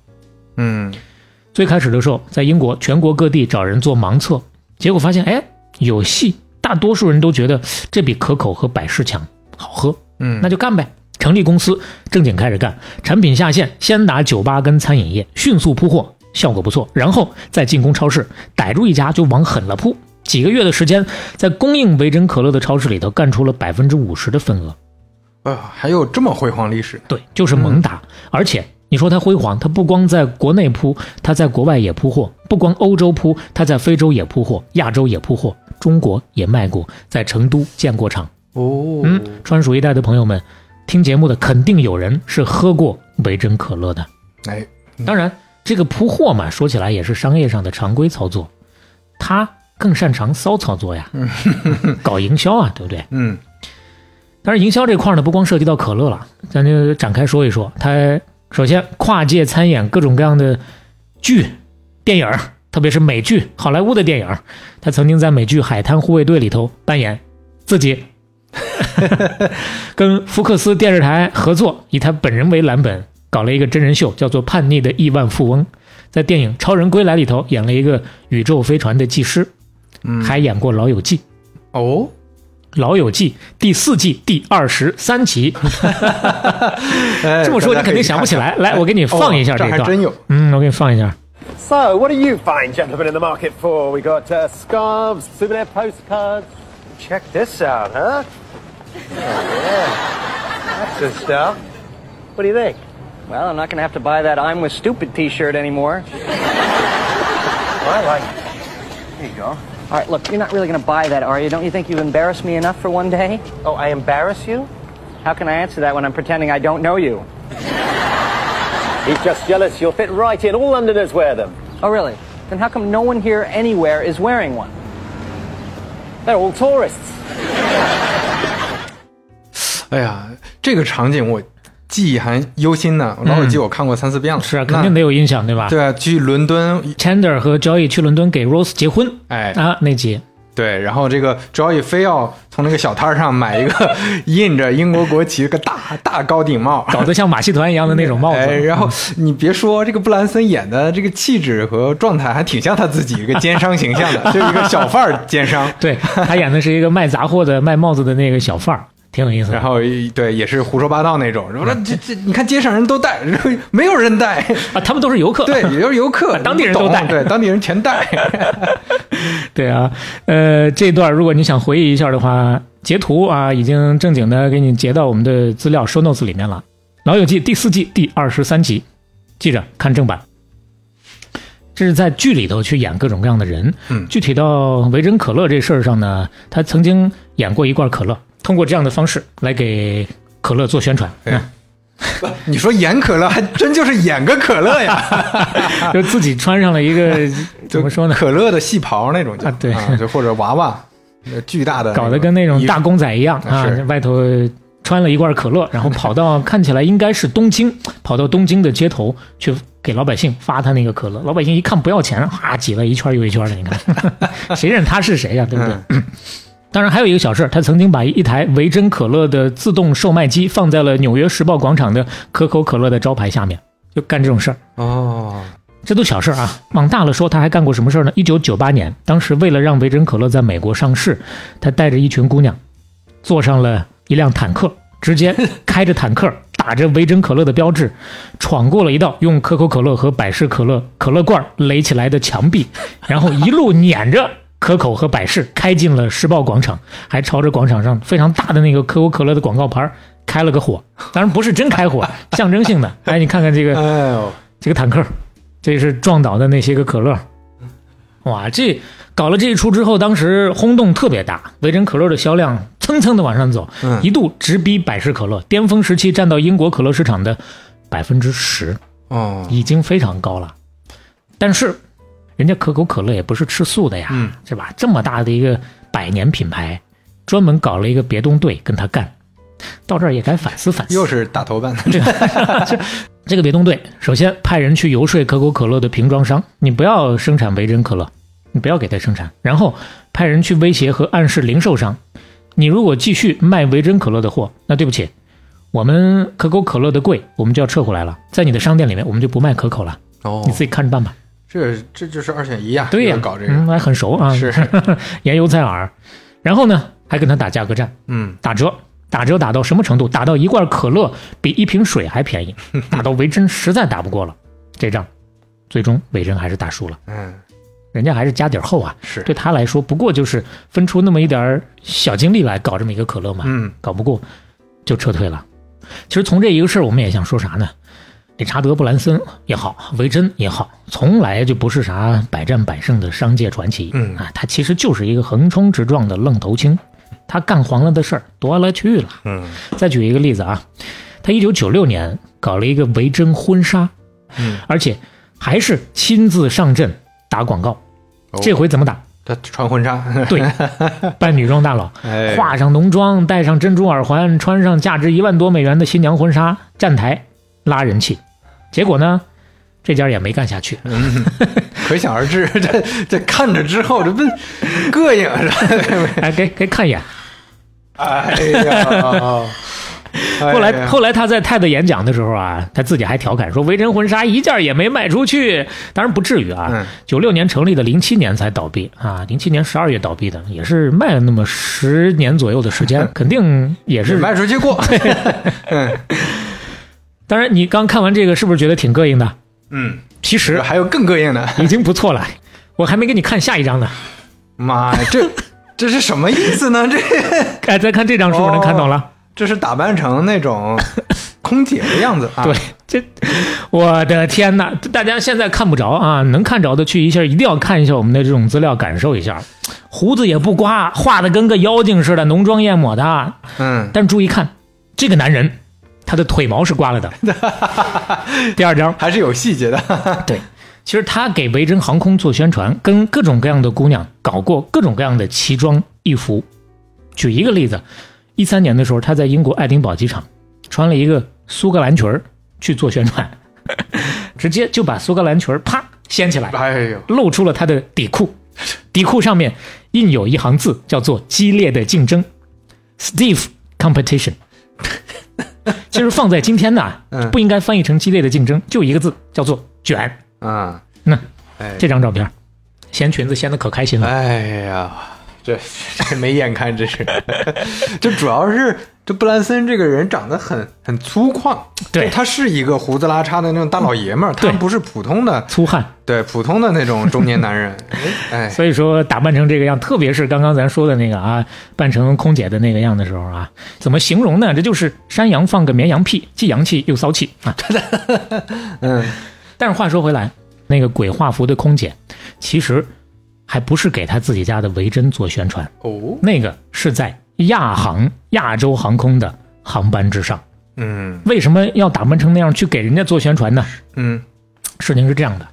C: 嗯，
B: 最开始的时候，在英国全国各地找人做盲测，结果发现，哎，有戏。大多数人都觉得这比可口和百事强，好喝，
C: 嗯
B: 那就干呗。成立公司，正经开始干，产品下线，先打酒吧跟餐饮业，迅速铺货，效果不错，然后再进攻超市，逮住一家就往狠了扑。几个月的时间，在供应维珍可乐的超市里头干出了百分之五十的份额，
C: 哎呀，还有这么辉煌历史，
B: 对，就是猛打。而且你说它辉煌，它不光在国内铺，它在国外也铺货；不光欧洲铺，它在非洲也铺货，亚洲也铺货，中国也卖过，在成都建过厂。
C: 哦，
B: 嗯，川蜀一带的朋友们，听节目的肯定有人是喝过维珍可乐的。
C: 哎，
B: 当然，这个铺货嘛，说起来也是商业上的常规操作，他更擅长骚操作呀，搞营销啊，对不对？
C: 嗯，
B: 但是营销这块呢，不光涉及到可乐了，咱就展开说一说。它首先跨界参演各种各样的剧、电影儿，特别是美剧、好莱坞的电影儿。他曾经在美剧《海滩护卫队》里头扮演自己， 跟福克斯电视台合作，以他本人为蓝本，搞了一个真人秀，叫做《叛逆的亿万富翁》。在电影《超人归来》里头演了一个宇宙飞船的技师，
C: 嗯
B: 还演过《老友记》。
C: 哦，
B: 《老友记》第四季第二十三集。
C: 这哎
B: 这么说你肯定想不起来。来，我给你放一下
C: 哦这还
B: 段。
C: 真有。
B: 嗯，我给你放一下。
D: So, what are you fine gentlemen in the market for? We got uh, scarves, souvenir postcards. Check this out, huh? Oh, yeah. That's the stuff. What do you think?
E: Well, I'm not going to have to buy that I'm with stupid t-shirt anymore.
D: I like it. Here you go.
E: All right, look, you're not really going to buy that, are you? Don't you think you've embarrassed me enough for one day?
D: Oh, I embarrass you?
E: How can I answer that when I'm pretending I don't know you?
D: He's just jealous. You'll fit right in. All Londoners wear them.
E: Oh, really? Then how come no one here anywhere is wearing one?
D: They're all tourists.
C: 哎呀，这个场景我记忆还忧心呢，老友记我看过三四遍了，
B: 嗯是啊，肯定得有
C: 有。
B: 印象，对吧？
C: 对啊，去伦敦，
B: Chandler 和 Joey 去伦敦给 Rose 结婚
C: 哎，
B: 啊，那集
C: 对，然后这个 Joy 非要从那个小摊儿上买一个 印着英国国旗一个大大高顶帽，
B: 搞得像马戏团一样的那种帽子，嗯
C: 哎，然后你别说，这个布兰森演的这个气质和状态还挺像他自己一个奸商形象 的，就是一个小贩儿奸商。
B: 对他演的是一个卖杂货的、卖帽子的那个小贩儿，挺有意思的
C: 然。后对，也是胡说八道那种，说
B: 嗯
C: 这这你看街上人都戴，然后 没有人 戴，
B: 啊，他们都是游客，，
C: 对，也就是游客
B: 当地人都戴
C: 你不懂对，当地人 全戴。
B: 对啊，呃，这段如果你想回忆一下的话，截图啊已经正经的给你截到我们的资料 show notes 里面了，《老友记》第四季第二十三集，记着看正版。这是在剧里头去演各种各样的人。
C: 嗯
B: 具体到维珍可乐这事儿上呢，他曾经演过一罐可乐，通过这样的方式来给可乐做宣传，
C: 哎你说演可乐，还真就是演个可乐呀，
B: 就自己穿上了一个 怎
C: 就
B: 么说呢？
C: 可乐的细袍那种就
B: 啊对
C: 就或者娃娃，呃巨大的，
B: 搞得跟那种大公仔一样啊
C: 是，
B: 外头穿了一罐 可乐，然后跑到看起来应该是东京，跑到东京的街头去给老百姓发他那个可乐，老百姓一看不要钱，啊，挤了一圈又一圈的，你 看，谁认他是谁啊呀、对不对？当然还有一个小事儿，他曾经把一台维珍可乐的自动售卖机放在了纽约时报广场的可口可乐的招牌下面，就干这种事儿。
C: 哦，
B: 这都小事儿啊，往大了说，他还干过什么事儿呢？一九九八年，当时为了让维珍可乐在美国上市，他带着一群姑娘，坐上了一辆坦克，直接开着坦克，打着维珍可乐的标志，闯过了一道用可口可乐和百事可乐可乐罐垒起来的墙壁，然后一路撵着。可口和百事开进了时报广场，还朝着广场上非常大的那个可口可乐的广告牌儿开了个火，当然不是真开火，象征性的。哎，你看看这个
C: 哎呦，
B: 这个坦克，这是撞倒的那些个可乐。哇，这搞了这一出之后，当时轰动特别大，维珍可乐的销量蹭蹭的往上走，
C: 嗯
B: 一度直逼百事可乐，巅峰时期占到英国可乐市场的百分之十，
C: 哦，
B: 已经非常高了。但是，人家可口可乐也不是吃素的呀，
C: 嗯
B: 是吧？这么大的一个百年品牌，专门搞了一个别动队跟他干，到这儿也该反思反思。
C: 又是 大头办，
B: 这个别动队首先派人去游说可口可乐的瓶装商，你不要生产维珍可乐，你不要给他生产。然后派人去威胁和暗示零售商，你如果继续卖维珍可乐的货，那对不起，我们可口可乐的柜我们就要撤回来了，在你的商店里面我们就不卖可口了，
C: 哦
B: 你自己看着办吧。
C: 这这就是二选一呀、
B: 对呀、
C: 要搞这个、
B: 嗯，还很熟啊，
C: 是，
B: 盐油菜饵。然后呢，还跟他打价格战，
C: 嗯，
B: 打折，打折打到什么程度？打到一罐可乐比一瓶水还便宜，打到维珍实在打不过了，这仗最终维珍还是打输了，
C: 嗯，
B: 人家还是家底儿厚啊，
C: 是
B: 对他来说不过就是分出那么一点儿小精力来搞这么一个可乐嘛，
C: 嗯，
B: 搞不过就撤退了。其实从这一个事儿，我们也想说啥呢？理查德·布兰森也好，维珍也好，从来就不是啥百战百胜的商界传奇。
C: 嗯
B: 啊，他其实就是一个横冲直撞的愣头青。他干黄了的事儿多了去了。
C: 嗯，
B: 再举一个例子啊，他一九九六年搞了一个维珍婚纱，
C: 嗯，
B: 而且还是亲自上阵打广告。
C: 哦
B: 这回怎么打？
C: 他穿婚纱，
B: 对，扮女装大佬，
C: 哎，
B: 化上浓妆，戴上珍珠耳环，穿上价值一万多美元的新娘婚纱，站台拉人气。结果呢，这家也没干下去。嗯
C: 可想而知， 这这看着之后，这不膈应啊是吧？
B: 哎，给给看一眼。
C: 哎呀，
B: 后
C: 哎
B: 来
C: 呀
B: 后来他在泰的演讲的时候啊，他自己还调侃说，维珍婚纱一件也没卖出去。当然不至于啊
C: 嗯，
B: 九六年成立的，零七年才倒闭啊，零七年十二月倒闭的，也是卖了那么十年左右的时 间，肯定也
C: 只
B: 是
C: 卖出去过，
B: 当然，你刚看完这个，是不是觉得挺膈应的？
C: 嗯，
B: 其实
C: 还有更膈应的，
B: 已经不错了，我还没给你看下一张呢。
C: 妈呀，这这是什么意思呢？这
B: 哎，再看这张是不是能看懂了？
C: 这是打扮成那种空姐的样子啊？
B: 对， 这我的天呐，大家现在看不着啊，能看着的去一下，一定要看一下我们的这种资料，感受一下。胡子也不刮，画的跟个妖精似的，浓妆艳抹的。
C: 嗯，
B: 但注意看，这个男人，他的腿毛是刮了的。第二张，
C: 还是有细节的，
B: 对，其实他给维珍航空做宣传，跟各种各样的姑娘搞过各种各样的奇装异服。举一个例子，一三年的时候，他在英国爱丁堡机场穿了一个苏格兰裙儿去做宣传， 直接就把苏格兰裙儿啪掀起来，
C: 哎呦，
B: 露出了他的底裤，底裤上面印有一行字，叫做“激烈的竞争 ”，Steve Competition。其实放在今天呢
C: 嗯，
B: 不应该翻译成“激烈的竞争”，就一个字，叫做“卷
C: 啊，”。
B: 那
C: 哎，
B: 这张照片，掀裙子掀的可开心了。
C: 哎呀，这这没眼看，这是， 这主要是这布兰森这个人长得很很粗犷，哎
B: 对
C: 就他是一个胡子拉碴的那种大老爷们儿，他
B: 对
C: 不是普通的，
B: 粗汉，
C: 对普通的那种中年男人， 哎，
B: 所以说打扮成这个样，特别是刚刚咱说的那个啊，扮成空姐的那个样的时候啊，怎么形容呢？这就是山羊放个绵羊屁，既洋气又骚气啊。
C: 嗯，
B: 但是话说回来，那个鬼画符的空姐，其实还不是给她自己家的维珍做宣传，
C: 哦，
B: 那个是在亚航亚洲航空的航班之上。
C: 嗯
B: 为什么要打扮成那样去给人家做宣传呢？
C: 嗯，
B: 事情是这样的，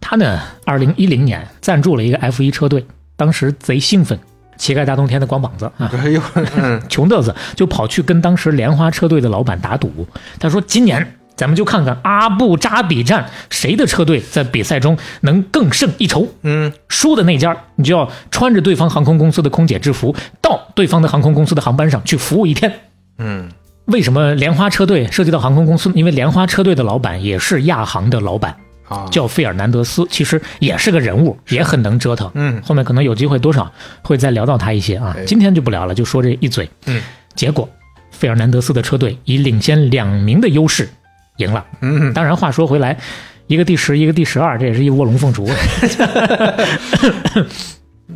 B: 他呢，二零一零年赞助了一个 F 一车队，当时贼兴奋，乞丐大冬天的光膀子啊，
C: 哎呦，嗯
B: 穷嘚瑟就跑去跟当时莲花车队的老板打赌，他说今年。咱们就看看阿布扎比站谁的车队在比赛中能更胜一筹。
C: 嗯，
B: 输的那家，你就要穿着对方航空公司的空姐制服，到对方的航空公司的航班上去服务一天。
C: 嗯，
B: 为什么莲花车队涉及到航空公司？因为莲花车队的老板也是亚航的老板，
C: 啊，
B: 叫费尔南德斯，其实也是个人物，也很能折腾。
C: 嗯
B: 后面可能有机会多少会再聊到他一些啊
C: 哎，
B: 今天就不聊了，就说这一嘴。
C: 嗯，
B: 结果费尔南德斯的车队以领先两名的优势赢了。
C: 嗯，
B: 当然话说回来，一个第十，一个第十二，这也是一窝龙凤雏。啊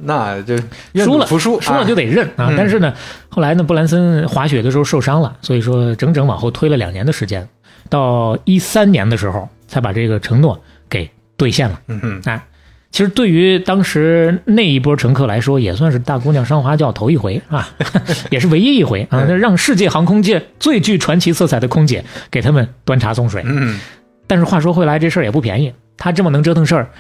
C: 那就愿
B: 输
C: 赌
B: 了，
C: 服输，嗯
B: 输了就
C: 得，
B: 得认啊。但是呢，后来呢，布兰森滑雪的时候受伤了，所以说整整往后推了两年的时间，到一三年的时候才把这个承诺给兑现了。
C: 嗯哼，
B: 啊，其实对于当时那一波乘客来说，也算是大姑娘上花轿头一回啊， 也是唯一一回
C: 嗯
B: 啊，那让世界航空界最具传奇色彩的空姐给他们端茶送水。
C: 嗯，
B: 但是话说回来，这事儿也不便宜。他这么能折腾事儿，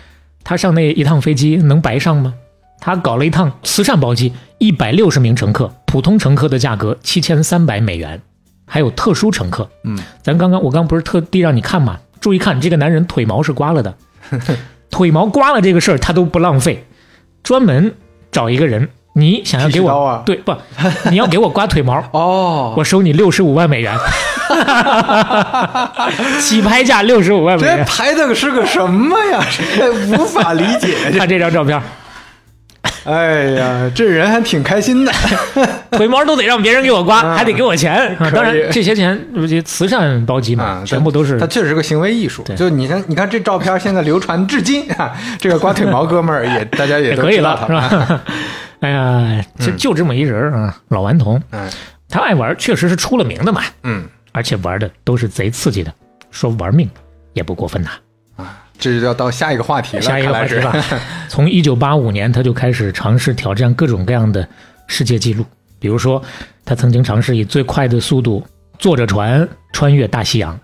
B: 他上那一趟飞机能白上吗？他搞了一趟慈善包机，一百六十名乘客，普通乘客的价格七千三百美元，还有特殊乘客。
C: 嗯，
B: 咱刚刚我刚不是特地让你看嘛，注意看这个男人腿毛是刮了的， 腿毛刮了这个事儿他都不浪费，专门找一个人，你想要给我
C: 剃须刀啊
B: 对不？你要给我刮腿毛，
C: 哦，
B: 我收你六十五万美 元， 起拍价六十五万美
C: 这
B: 元。
C: 排等是个什么呀？这无法理解， 这
B: 看这张照片，
C: 哎呀，这人还挺开心的。
B: 腿毛都得让别人给我刮，
C: 嗯
B: 还得给我钱。
C: 可
B: 啊
C: 以
B: 当然，这些钱这些慈善包机嘛
C: 啊，，
B: 嗯全部都是
C: 他确实是个行为艺术。
B: 对
C: 就你看，你看这照片现在流传至今啊，这个刮腿毛哥们 儿也大家也
B: 也
C: 都
B: 可以
C: 知道
B: 了，
C: 他
B: 是？吧？ 哎呀，就就这么一人儿啊，老顽童，
C: 嗯
B: 他爱玩，确实是出了名的嘛，
C: 嗯，
B: 而且玩的都是贼刺激的，说玩命也不过分呐。
C: 这就要到下一个话题了，
B: 下一个
C: 看
B: 话
C: 来
B: 题
C: 是
B: 吧。从一九八五年，他就开始尝试挑战各种各样的世界纪录，比如说，他曾经尝试以最快的速度坐着船穿越大西洋，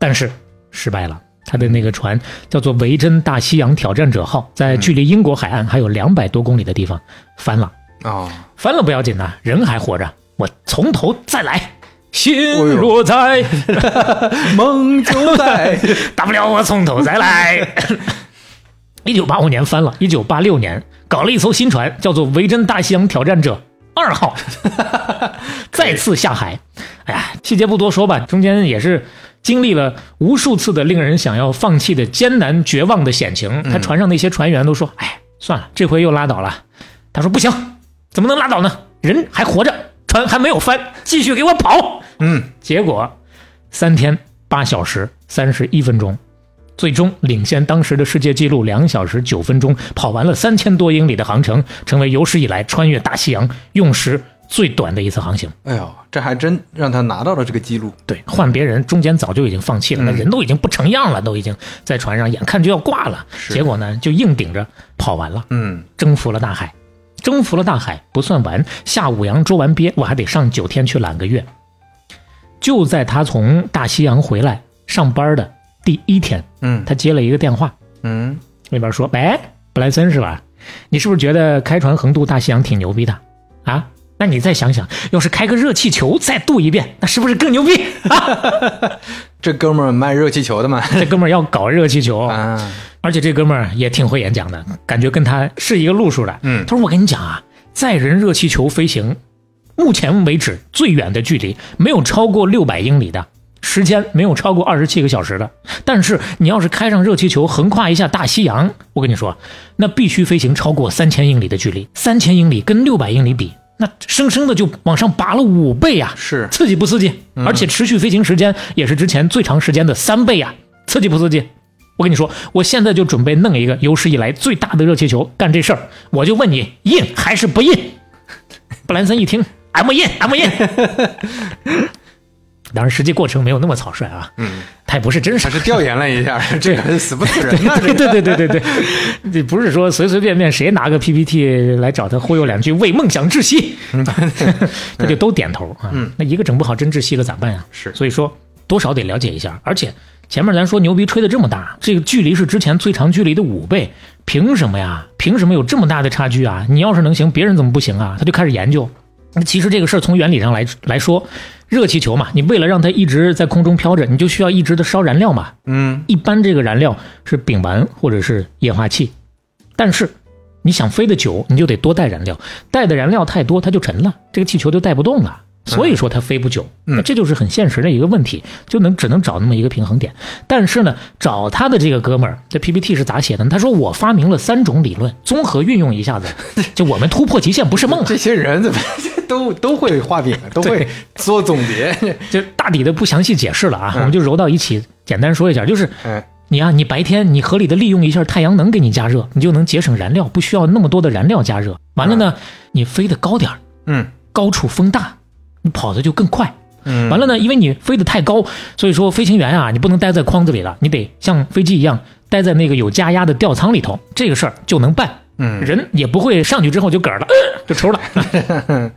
B: 但是失败了。他的那个船叫做“维珍大西洋挑战者号”，在距离英国海岸还有两百多公里的地方翻了。
C: 哦，
B: 翻了不要紧呐、人还活着，我从头再来。心若在，
C: 梦就在
B: 大不了我从头再来。 一九八五年翻了，一九八六年搞了一艘新船，叫做“维珍大西洋挑战者二 号”，再次下海。哎呀，细节不多说吧，中间也是经历了无数次的令人想要放弃的艰难绝望的险情。他船上那些船员都说：“哎，算了，这回又拉倒了。”他说：“不行，怎么能拉倒呢？人还活着，船还没有翻，继续给我跑。”
C: 嗯，
B: 结果三天八小时三十一分钟，最终领先当时的世界纪录两小时九分钟，跑完了三千多英里的航程，成为有史以来穿越大西洋用时最短的一次航行。
C: 哎呦，这还真让他拿到了这个记录。
B: 对，换别人中间早就已经放弃了，那人都已经不成样了，都已经在船上眼看就要挂了，结果呢就硬顶着跑完了，
C: 嗯，
B: 征服了大海。征服了大海不算完，下五洋捉完鳖，我还得上九天去揽个月。就在他从大西洋回来上班的第一天，
C: 嗯
B: 他接了一个电话，
C: 嗯，
B: 那边说：“喂，布莱森是吧？你是不是觉得开船横渡大西洋挺牛逼的啊？那你再想想，要是开个热气球再镀一遍，那是不是更牛 逼？
C: 这哥们儿卖热气球的嘛，
B: 这哥们儿要搞热气球，
C: 啊，
B: 而且这哥们儿也挺会演讲的，感觉跟他是一个路数的。
C: 嗯
B: 他说：“我跟你讲啊，载人热气球飞行，目前为止最远的距离没有超过六百英里的。”时间没有超过二十七个小时的，但是你要是开上热气球横跨一下大西洋，我跟你说，那必须飞行超过三千英里的距离。三千英里跟六百英里比，那生生的就往上拔了五倍呀、
C: 是
B: 刺激不刺激？而且持续飞行时间也是之前最长时间的三倍呀、刺激不刺激？我跟你说，我现在就准备弄一个有史以来最大的热气球干这事儿，我就问你，印还是不印？布兰森一听，I'm in，I'm in。当然，实际过程没有那么草率啊，嗯，他也不是真傻
C: 他，是调研了一下，这个人死不死人呢？这
B: 对对对对对对，这不是说随随便便谁拿个 PPT 来找他忽悠两句，为梦想窒息，
C: 嗯
B: 他就都点头啊。那一个整不好真窒息了咋办呀？
C: 是
B: 所以说多少得了解一下。而且前面咱说牛逼吹的这么大，这个距离是之前最长距离的五倍，凭什么呀？凭什么有这么大的差距啊？你要是能行，别人怎么不行啊？他就开始研究。那其实这个事儿从原理上来来说，热气球嘛，你为了让它一直在空中飘着，你就需要一直的烧燃料嘛。
C: 嗯，
B: 一般这个燃料是丙烷或者是液化气，但是你想飞得久，你就得多带燃料，带的燃料太多，它就沉了，这个气球就带不动了。所以说它飞不久，
C: 嗯
B: 那这就是很现实的一个问题，就能只能找那么一个平衡点。但是呢，找他的这个哥们儿，这 PPT 是咋写的呢？他说我发明了三种理论，综合运用一下 子，就我们突破极限不是梦啊！
C: 这些人怎 么都都会画饼，都会
B: 对
C: 做总结？
B: 就大体的不详细解释了啊，
C: 嗯
B: 我们就揉到一起，简单说一下，就是
C: 哎，
B: 你啊，你白天你合理的利用一下太阳能给你加热，你就能节省燃料，不需要那么多的燃料加热。完了呢，你飞得高点儿，
C: 嗯
B: 高处风大，你跑得就更快。
C: 嗯，
B: 完了呢，因为你飞得太高，所以说飞行员啊，你不能待在框子里了，你得像飞机一样待在那个有加压的吊舱里头，这个事儿就能办。
C: 嗯
B: 人也不会上去之后就嗝儿了，呃就抽了。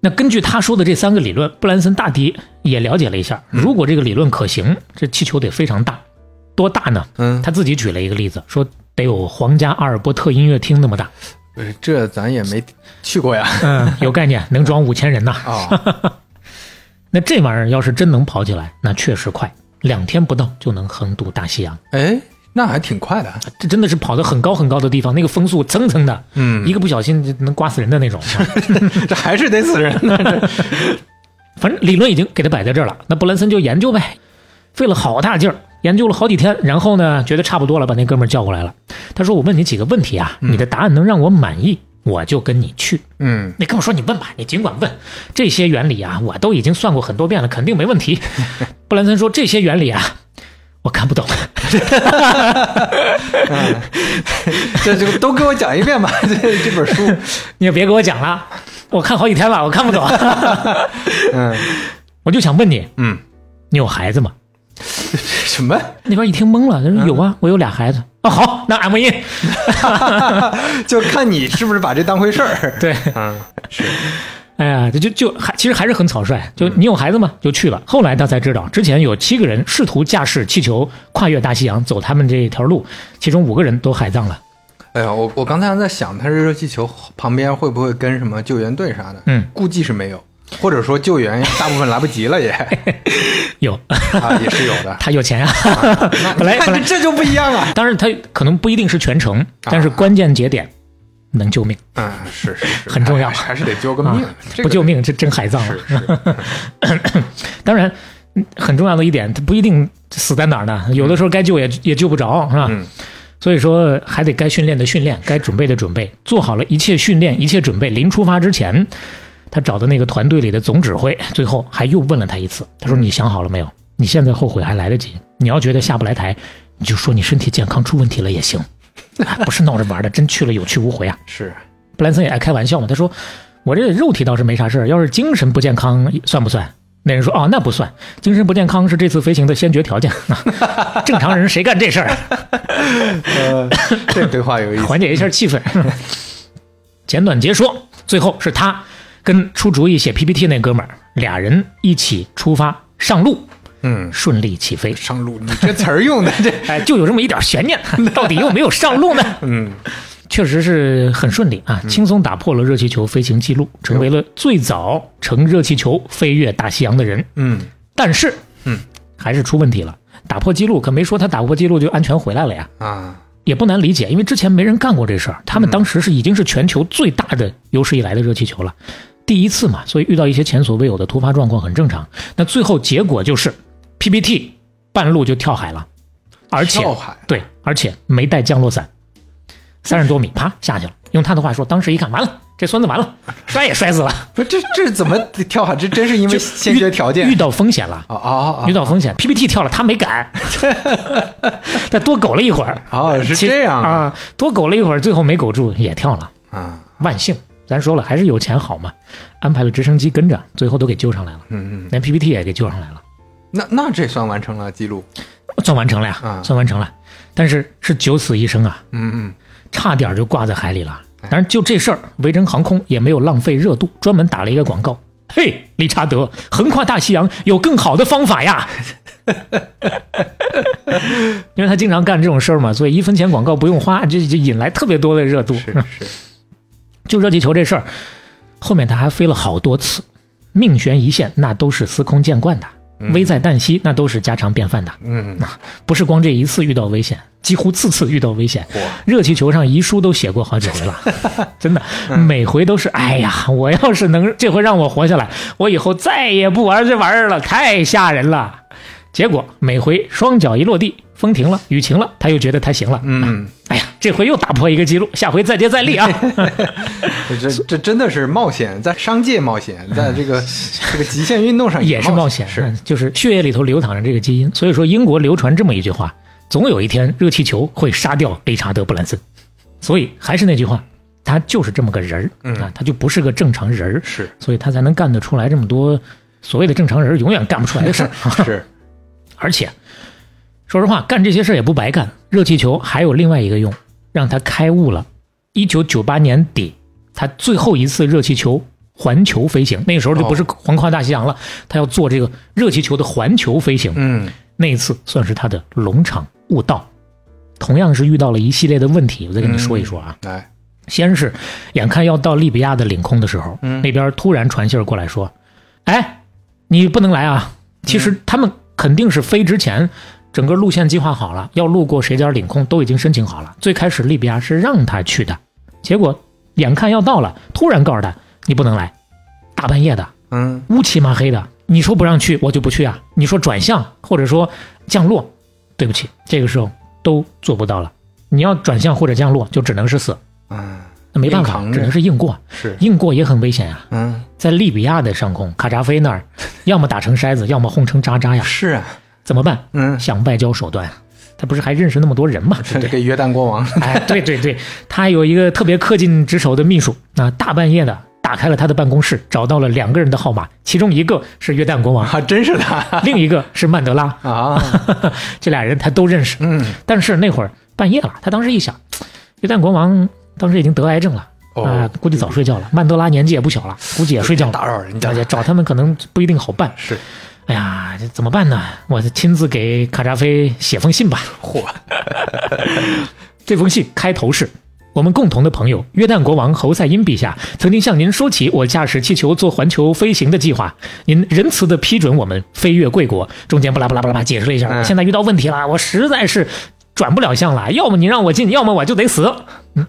B: 那根据他说的这三个理论，布兰森大体也了解了一下。
C: 嗯
B: 如果这个理论可行，这气球得非常大，多大呢？
C: 嗯
B: 他自己举了一个例子，说得有皇家阿尔伯特音乐厅那么大，
C: 呃这咱也没去 过呀。
B: 嗯，有概念，能装五千人呐。
C: 哦，
B: 那这玩意儿要是真能跑起来，那确实快，两天不到就能横渡大西洋。
C: 哎，那还挺快的。
B: 这真的是跑得很高很高的地方，那个风速蹭蹭的，
C: 嗯
B: 一个不小心就能刮死人的那种。
C: 这还是得死人呢。
B: 反正理论已经给他摆在这儿了，那布兰森就研究呗，费了好大劲儿，研究了好几天，然后呢，觉得差不多了，把那哥们儿叫过来了。他说：“我问你几个问题啊，你的答案能让我满意，我就跟你去。”
C: 嗯，
B: 你跟我说你问吧，你尽管问。这些原理啊，我都已经算过很多遍了，肯定没问 题。布兰森说这些原理啊，我看不 懂。
C: 这这都给我讲一遍吧。 这这本书，
B: 你也别给我讲了，我看好几天了，我看不懂。
C: 嗯
B: 我就想问你，
C: 嗯，
B: 你有孩子吗？
C: 什么？
B: 那边一听懵
C: 嗯
B: 了，他说有啊，我有俩孩子。哦，好，那 I'm in。
C: 就看你是不是把这当回事儿。
B: 对，
C: 嗯，
B: 哎呀，这就就还其实还是很草率。
C: 嗯
B: 就你有孩子吗？就去了。后来他才知道，之前有七个人试图驾驶气球跨越大西洋，走他们这条路，其中五个人都海葬了。
C: 哎呀，我我刚才还在想，它是热气球旁边会不会跟什么救援队啥的？
B: 嗯
C: 估计是没有，或者说救 援大部分来不及 了也，
B: 有。
C: 啊，也是有的。
B: 他有钱啊，
C: 那
B: 本来
C: 你看
B: 本来，
C: 这这就啊不一样啊。
B: 当然他可能不一定是全程，但是关键节点能救命，
C: 嗯，是是是，
B: 很重要
C: 还还是得救个
B: 啊
C: 命，这
B: 不
C: 个
B: 救命这真海葬了。
C: 是是，
B: 当然，嗯很重要的一点，他不一定死在哪儿呢，有的时候该救也也救不着，是吧？
C: 嗯
B: 所以说，还得该训练的训练，该准备的准备，做好了一切训练、一切准备。临出发之前，他找的那个团队里的总指挥，最后还又问了他一次，
C: 嗯
B: 他说：“你想好了没有？你现在后悔还来得及。你要觉得下不来台，你就说你身体健康出问题了也行， 哎不是闹着玩的，真去了有去无回啊。”
C: 是
B: 布兰森也爱开玩笑嘛，他说：“我这肉体倒是没啥事儿，要是精神不健康算不算？”那人说：“哦，那不算，精神不健康是这次飞行的先决条件。 正常人谁干这事儿啊？
C: 呃，这对话有意思。
B: 缓解一下气氛。简短截说，最后是他跟出主意写 PPT 那哥们儿，俩人一起出发上路，
C: 嗯，
B: 顺利起飞。
C: 上 路，你这词儿用的这，
B: 哎，就有这么一点悬念，到底有没有上路呢？
C: 嗯，
B: 确实是很顺利啊，轻松打破了热气球飞行记录，成为了最早乘热气球飞越大西洋的人。
C: 嗯，
B: 但是，
C: 嗯，
B: 还是出问题了。打破记录可没说他打破记录就安全回来了呀，
C: 啊，
B: 也不难理解，因为之前没人干过这事儿。他们当时是已经是全球最大的有史以来的热气球了，第一次嘛，所以遇到一些前所未有的突发状况很正常。那最后结果就是 PPT 半路就跳海了，而且
C: 跳海
B: 对，而且没带降落伞，三十多米啪下去了。用他的话说，当时一看完了，这孙子完了，摔也摔死了，
C: 不是，这这怎么跳海？这真是因为先决条件
B: 遇到风险了。
C: 啊啊
B: 遇到风险，PPT 跳了，他没 敢，他多苟了一会儿。
C: 哦是
B: 呃其实
C: 这样啊
B: 啊，多苟了一会儿，最后没苟住，也跳了，
C: 啊啊！
B: 万幸。咱说了，还是有钱好嘛，安排了直升机跟着，最后都给救上来了，
C: 嗯嗯，
B: 连 PPT 也给救上来了，
C: 那那这算完成了记录。
B: 算完成了呀，
C: 啊
B: 算完成了。但是是九死一生啊，
C: 嗯哎
B: 差点就挂在海里了。当然，就这事儿，维珍航空也没有浪费热度，专门打了一个广告。嘿，理查德，横跨大西洋有更好的方法呀！ 因为他经常干这种事儿嘛，所以一分钱广告不用花，这就引来特别多的热度。
C: 嗯，是是，
B: 就热气球这事儿，后面他还飞了好多次，命悬一线那都是司空见惯的，危在旦夕那都是家常便饭的。啊
C: 嗯
B: 不是光这一次遇到危险，几乎次次遇到危险
C: 哇。
B: 热气球上遗书都写过好几回 了，真的，
C: 嗯
B: 每回都是哎呀，我要是能这回让我活下来，我以后再也不玩这玩意儿了，太吓人了。结果每回双脚一落地，风停了，雨晴了，他又觉得他行了。
C: 嗯，
B: 哎呀，这回又打破一个记录，下回再接再 厉啊！
C: 这这这真的是冒险，在商界冒险，在这 个这个极限运动上
B: 也是
C: 冒
B: 冒险，
C: 是
B: 嗯就是血液里头流淌着这个基因。所以说，英国流传这么一句话：总有一天，热气球会杀掉理查德·布兰森。所以还是那句话，他就是这么个人儿、啊，他就不是个正常人儿，
C: 是
B: 所以他才能干得出来这么多所谓的正常人儿永远干不出来的事 儿。
C: 是，
B: 而且，说实话，干这些事儿也不白干。热气球还有另外一个用，让他开悟了。一九九八年底，他最后一次热气球环球飞行，那个时候就不是横跨大西洋了，他要做这个热气球的环球飞行。
C: 嗯
B: 那一次算是他的龙场悟道，同样是遇到了一系列的问题，我再跟你说一说啊。
C: 来，
B: 先是眼看要到利比亚的领空的时候，那边突然传信儿过来说：“哎，你不能来啊！”其实他们肯定是飞之前，整个路线计划好了，要路过谁家领空都已经申请好了。最开始利比亚是让他去的，结果眼看要到了，突然告诉他：“你不能来，大半夜的，
C: 嗯
B: 乌漆麻黑的，你说不让去，我就不去啊！你说转向或者说降落，对不起，这个时候都做不到了。你要转向或者降落，就只能是死。”
C: 嗯
B: 那没办
C: 硬
B: 法
C: 扛，着
B: 只能是硬过。
C: 是，
B: 硬过也很危险呀、
C: 嗯
B: 在利比亚的上空，卡扎菲那儿，要么打成筛子，要么轰成渣渣呀，
C: 是啊，
B: 怎么办？
C: 嗯，
B: 想外交手段，他不是还认识那么多人嘛，对不对？
C: 给约旦国王，
B: 哎，对对对，他有一个特别恪尽职守的秘书，那大半夜的打开了他的办公室，找到了两个人的号码，其中一个是约旦国 王，
C: 还啊真是他
B: 另一个是曼德拉，
C: 啊，
B: 这俩人他都认识。
C: 嗯
B: 但是那会儿半夜了，他当时一想，约旦国王当时已经得癌症了。
C: 哦
B: 啊，估计早睡觉了。曼德拉年纪也不小了，估计也睡觉了。
C: 打扰人家
B: 而且找他们可能不一定好办。
C: 是，
B: 哎呀，这怎么办呢？我亲自给卡扎菲写封信吧。
C: 嚯，
B: 这封信开头是：我们共同的朋友约旦国王侯赛因陛下曾经向您说起我驾驶气球做环球飞行的计划，您仁慈的批准我们飞越贵国。中间巴拉巴拉巴拉巴拉解释了一下，
C: 嗯
B: 我现在遇到问题了，我实在是转不了向了，要么你让我进，要么我就得死。嗯，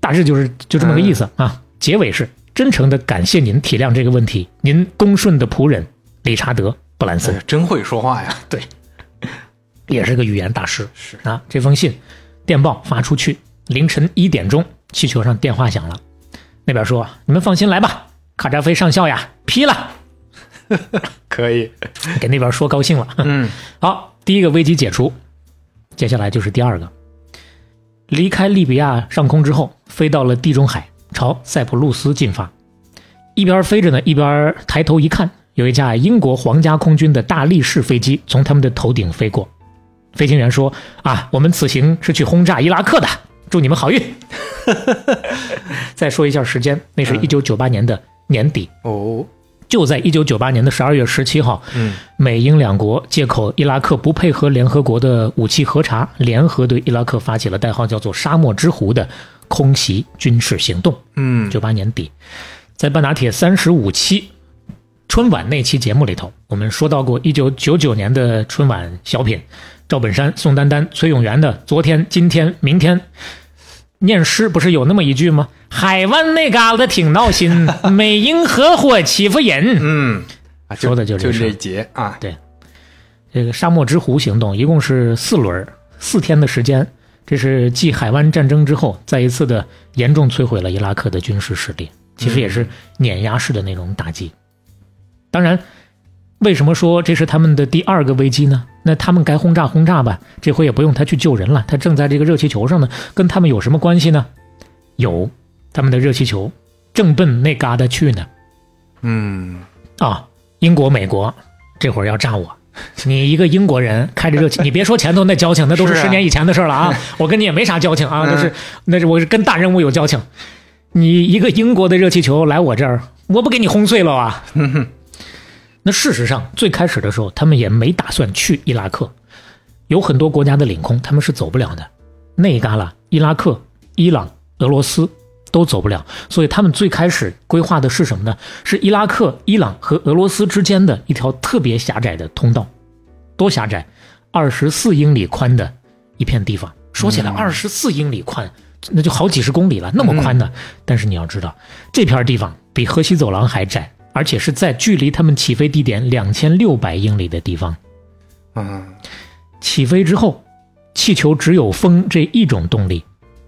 B: 大致就是就这么个意思、啊。结尾是真诚的感谢您体谅这个问题，您恭顺的仆人理查德·布兰森。
C: 哎真会说话呀，
B: 对，也是个语言大师。
C: 是
B: 啊，这封信电报发出去，凌晨一点钟，气球上电话响了，那边说：“你们放心来吧，卡扎菲上校呀，批了。
C: 可以，”
B: 给那边说高兴了。
C: 嗯
B: 好，第一个危机解除，接下来就是第二个。离开利比亚上空之后，飞到了地中海，朝塞浦路斯进发。一边飞着呢，一边抬头一看，有一架英国皇家空军的大力士飞机从他们的头顶飞过。飞行员说：“啊，我们此行是去轰炸伊拉克的，祝你们好运。”再说一下时间，那是一九九八年的年底，
C: 哦，
B: 就在一九九八年的十二月十七号，
C: 嗯，
B: 美英两国借口伊拉克不配合联合国的武器核查，联合对伊拉克发起了代号叫做“沙漠之狐”的空袭军事行动。
C: 嗯，
B: 九八年底，在半打铁三十五期春晚那期节目里头，我们说到过一九九九年的春晚小品，赵本山、宋丹丹、崔永元的“昨天、今天、明天”。念诗不是有那么一句吗？海湾那旮旯的挺闹心，美英合伙欺负人。
C: 嗯，啊，就
B: 说的就这
C: 就
B: 事儿
C: 这节啊，
B: 这个沙漠之狐行动一共是四轮儿四天的时间，这是继海湾战争之后再一次的严重摧毁了伊拉克的军事实力，其实也是碾压式的那种打击。当然，为什么说这是他们的第二个危机呢？那他们该轰炸轰炸吧，这回也不用他去救人了，他正在这个热气球上呢，跟他们有什么关系呢？有，他们的热气球正奔那旮瘩去呢。
C: 嗯，
B: 啊，英国、美国这会儿要炸我。你一个英国人开着热 气，你别说前头那交情，那都是
C: 是啊
B: 十年以前的事儿 了啊！我跟你也没啥交情啊，
C: 嗯
B: 那是那是我是跟大人物有交情。你一个英国的热气球来我这儿，我不给你轰碎了 啊！那事实上，最开始的时候，他们也没打算去伊拉克，有很多国家的领空他们是走不了的，那一旮旯，伊拉克、伊朗、俄罗斯都走不了，所以他们最开始规划的是什么呢？是伊拉克、伊朗和俄罗斯之间的一条特别狭窄的通道，多狭窄，二十四英里宽的一片地方。说起来，二十四英里宽，那就好几十公里了，那么宽呢？但是你要知道，这片地方比河西走廊还窄，而且是在距离他们起飞地点两千六百英里的地方。
C: 嗯，
B: 起飞之后，气球只有风这一种动力。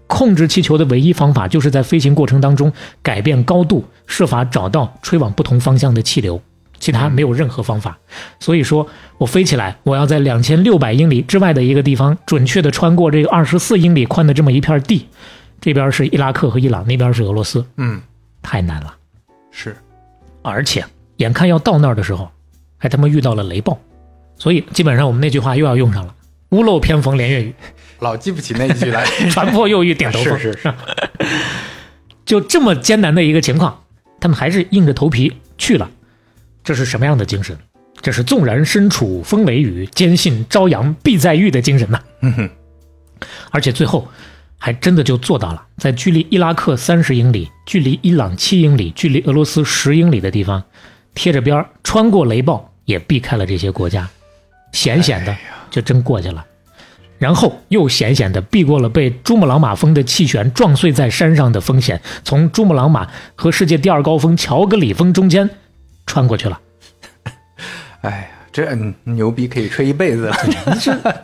B: 控制气球的唯一方法就是在飞行过程当中改变高度，设法找到吹往不同方向的气流，其他没有任何方法。所以说我飞起来，我要在两千六百英里之外的一个地方，准确的穿过这个二十四英里宽的这么一片地，这边是伊拉克和伊朗，那边是俄罗斯，
C: 嗯，
B: 太难了。
C: 是，
B: 而且眼看要到那儿的时候，还他妈遇到了雷暴，所以基本上我们那句话又要用上了：屋漏偏逢连夜雨，
C: 老记不起那一句 来，
B: 船破又遇顶头风。
C: 是是是，
B: 就这么艰难的一个情况，他们还是硬着头皮去了。这是什么样的精神？这是纵然身处风雷雨，坚信朝阳必在遇的精神呐、
C: 嗯哼，
B: 而且最后还真的就做到了，在距离伊拉克三十英里、距离伊朗七英里、距离俄罗斯十英里的地方，贴着边儿穿过雷暴，也避开了这些国家，险险
C: 哎
B: 的就真过去了。然后又险险的避过了被珠穆朗玛峰的气旋撞碎在山上的风险，从珠穆朗玛和世界第二高峰乔格里峰中间穿过去了。
C: 哎呀，这嗯牛逼可以吹一辈子了，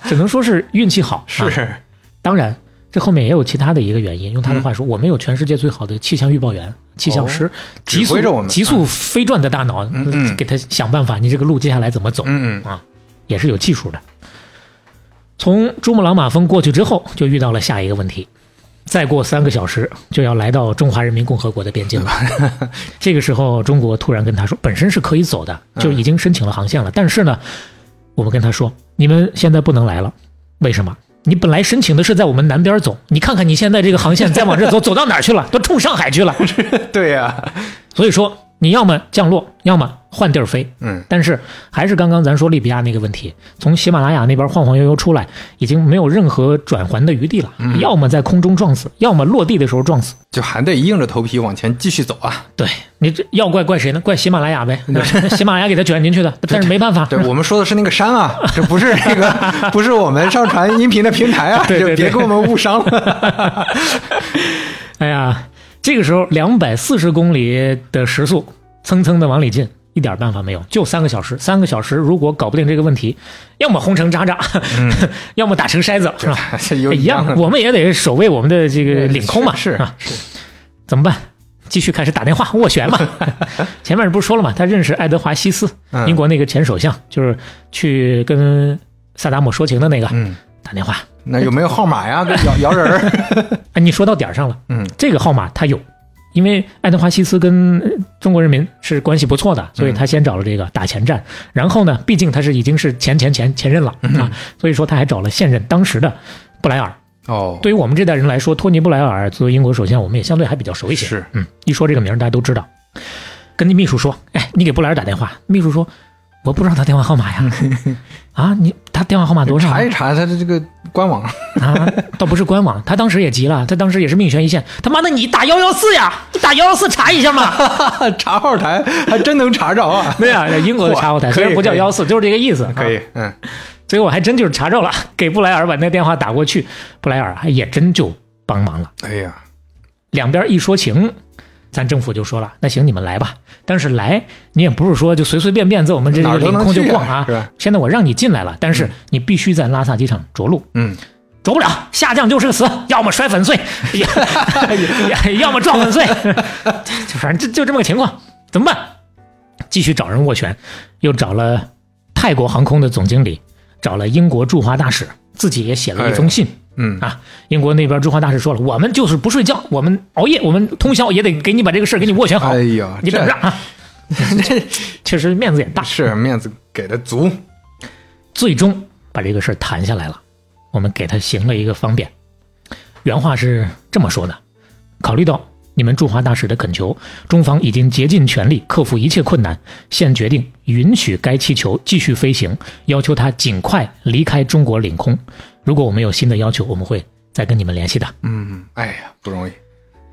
B: 只能说是运气好。啊
C: 是，
B: 当然，这后面也有其他的一个原因。用他的话
C: 嗯
B: 说，我们有全世界最好的气象预报员、气象师，急
C: 哦指挥着我
B: 速
C: 们
B: 急速飞转的大脑，
C: 嗯
B: 给他想办法，你这个路接下来怎么走、
C: 嗯嗯
B: 啊，也是有技术的。从珠穆朗玛峰过去之后，就遇到了下一个问题。再过三个小时就要来到中华人民共和国的边境了。 这个时候，中国突然跟他说，本身是可以走的，就已经申请了航线了。但是呢，我们跟他说，你们现在不能来了。为什么？你本来申请的是在我们南边走，你看看你现在这个航线再往 这走，走到哪儿去了？都冲上海去了。
C: 对呀、
B: 所以说，你要么降落，要么换地儿飞。
C: 嗯，
B: 但是还是刚刚咱说利比亚那个问题，从喜马拉雅那边晃晃悠悠出来，已经没有任何转环的余地了。
C: 嗯
B: 要么在空中撞死，要么落地的时候撞死。
C: 就还得硬着头皮往前继续走啊。
B: 对你这要怪怪谁呢？怪喜马拉雅呗， 喜马拉雅给他卷进去的，但是没办法。
C: 对我们说的是那个山啊，这不是那个，不是我们上传音频的平台啊，
B: 对对对
C: 就别给我们误伤了。
B: 哎呀，这个时候两百四十公里的时速，蹭蹭的往里进，一点办法没有，就三个小时。三个小时如果搞不定这个问题，要么轰成渣渣，
C: 嗯
B: 要么打成筛子，是吧？
C: 这有
B: 一
C: 样
B: 样，我们也得守卫我们的这个领空嘛，
C: 是
B: 啊，
C: 是，
B: 怎么办？继续开始打电话斡旋嘛。 前面不是说了嘛，他认识爱德华西斯，
C: 嗯
B: 英国那个前首相，就是去跟萨达姆说情的那个，
C: 嗯，
B: 打电话。
C: 那有没有号码呀？摇摇人儿，
B: 哎，你说到点儿上了，
C: 嗯，
B: 这个号码他有，因为爱德华西斯跟呃中国人民是关系不错的，
C: 嗯
B: 所以他先找了这个打前站，然后呢，毕竟他是已经是前前前前任了
C: 嗯
B: 啊，所以说他还找了现任当时的布莱尔。
C: 哦，
B: 对于我们这代人来说，托尼布莱尔作为英国首相，我们也相对还比较熟一些。
C: 是，
B: 嗯，一说这个名儿，大家都知道。跟那秘书说，哎，你给布莱尔打电话。秘书说，我不知道他电话号码呀，啊，你他电话号码多少啊？
C: 嗯查一查他的这个官网，
B: 啊，倒不是官网，他当时也急了，他当时也是命悬一线。他妈的，你打幺幺四呀，你打幺幺四查一下嘛。
C: 查号台还真能查着啊！
B: 对啊，英国的查号台
C: 嚯
B: 虽然
C: 可以
B: 不叫
C: 可以
B: 幺四，就是这个意思。
C: 可以
B: 啊，，
C: 嗯，
B: 所以我还真就是查着了，给布莱尔把那电话打过去，布莱尔还也真就帮忙了。
C: 哎呀，
B: 两边一说情，咱政府就说了，那行你们来吧，但是来你也不是说就随随便便在我们这
C: 哪
B: 个
C: 儿都
B: 领
C: 能
B: 空就
C: 去啊
B: 逛啊。
C: 是吧
B: 现在我让你进来了，但是你必须在拉萨机场着陆。
C: 嗯，
B: 着不了，下降就是个词，要么摔粉碎， 也也要么撞粉碎， 就反正就就这么个情况，怎么办？继续找人斡旋，又找了泰国航空的总经理，找了英国驻华大使，自己也写了一封信。
C: 嗯
B: 啊，英国那边驻华大使说了，我们就是不睡觉，我们熬夜，我们通宵也得给你把这个事儿给你斡旋好。
C: 哎呀，
B: 你等着啊！确实面子也大
C: 这，是面子给的足，
B: 最终把这个事儿谈下来了，我们给他行了一个方便。原话是这么说的：考虑到你们驻华大使的恳求，中方已经竭尽全力克服一切困难，现决定允许该气球继续飞行，要求它尽快离开中国领空。如果我们有新的要求，我们会再跟你们联系的。
C: 嗯，哎呀，不容易，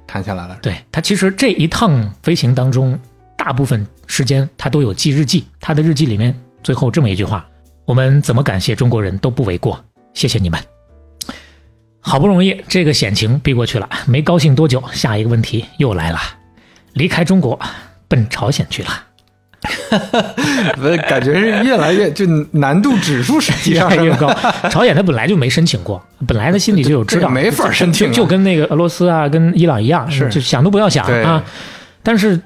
C: 谈下来了，
B: 对他其实这一趟飞行当中，大部分时间他都有记日记，他的日记里面最后这么一句话：“我们怎么感谢中国人都不为过，谢谢你们。”好不容易这个险情避过去了，没高兴多久，下一个问题又来了，离开中国奔朝鲜去了。
C: 不是感觉是越来越就难度指数是提
B: 越
C: 上
B: 来
C: 升
B: 越
C: 了，
B: 高。朝鲜他本来就没申请过，本来他心里就有知道，
C: 这没法申请啊
B: 就就跟那个俄罗斯啊、跟伊朗一样，
C: 是
B: 就想都不要想
C: 对
B: 啊。但是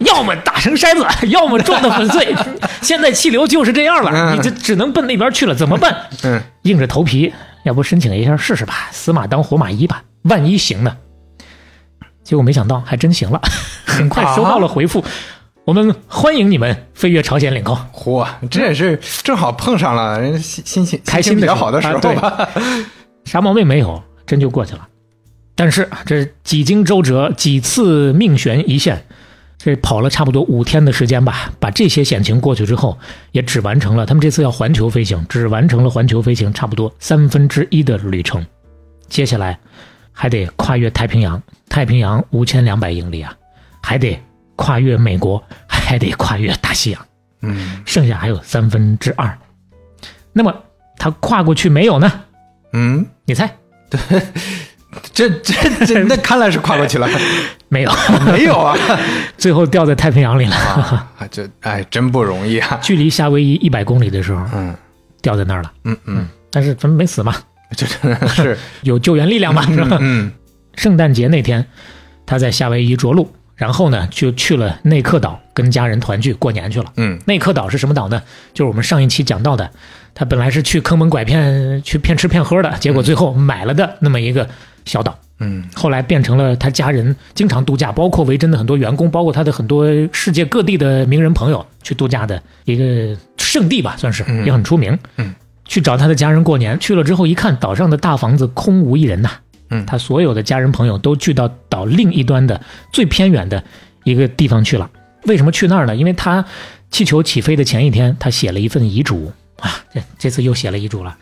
B: 要么打成筛子， 要么撞得粉碎， 现在气流就是这样了，
C: 嗯
B: 你就只能奔那边去了，怎么办？
C: 嗯，
B: 硬着头皮，要不申请一下试试吧，死马当活马医吧，万一行呢？结果没想到还真 行了，很快收到了回
C: 啊
B: 复，我们欢迎你们飞越朝鲜领空。
C: 嚯，这也是正好碰上了人家心心情
B: 开心
C: 心
B: 的
C: 情比较
B: 时候
C: 好的时候
B: 啊对
C: 吧，
B: 啥毛病没有，真就过去了。但是啊这几经周折，几次命悬一线，这跑了差不多五天的时间吧，把这些险情过去之后，也只完成了他们这次要环球飞行，只完成了环球飞行差不多三分之一的旅程。接下来还得跨越太平洋，太平洋五千两百英里啊，还得跨越美国，还得跨越大西洋。
C: 嗯
B: 剩下还有三分之二。那么他跨过去没有呢？
C: 嗯，
B: 你猜？
C: 这这这，那看来是跨 过去了，
B: 没有，
C: 没有啊，
B: 最后掉在太平洋里了。
C: 啊这哎真不容易啊，
B: 距离夏威夷一百公里的时候，
C: 嗯
B: 掉在那儿了。
C: 嗯嗯，
B: 但是咱们没死嘛，
C: 这真的是，
B: 有救援力量嘛，是吧？
C: 嗯
B: 圣诞节那天，他在夏威夷着陆，然后呢就去了内克岛跟家人团聚过年去了。
C: 嗯
B: 内克岛是什么岛呢？就是我们上一期讲到的，他本来是去坑蒙拐骗、去骗吃骗喝的，结果最后买了的那么一个小岛。
C: 嗯
B: 后来变成了他家人经常度假，包括维珍的很多员工，包括他的很多世界各地的名人朋友去度假的一个圣地吧，算是
C: 嗯
B: 也很出名。
C: 嗯，
B: 去找他的家人过年，去了之后一看，岛上的大房子空无一人呐。
C: 嗯
B: 他所有的家人朋友都聚到岛另一端的最偏远的一个地方去了。为什么去那儿呢？因为他气球起飞的前一天，他写了一份遗嘱啊，这这次又写了遗嘱了。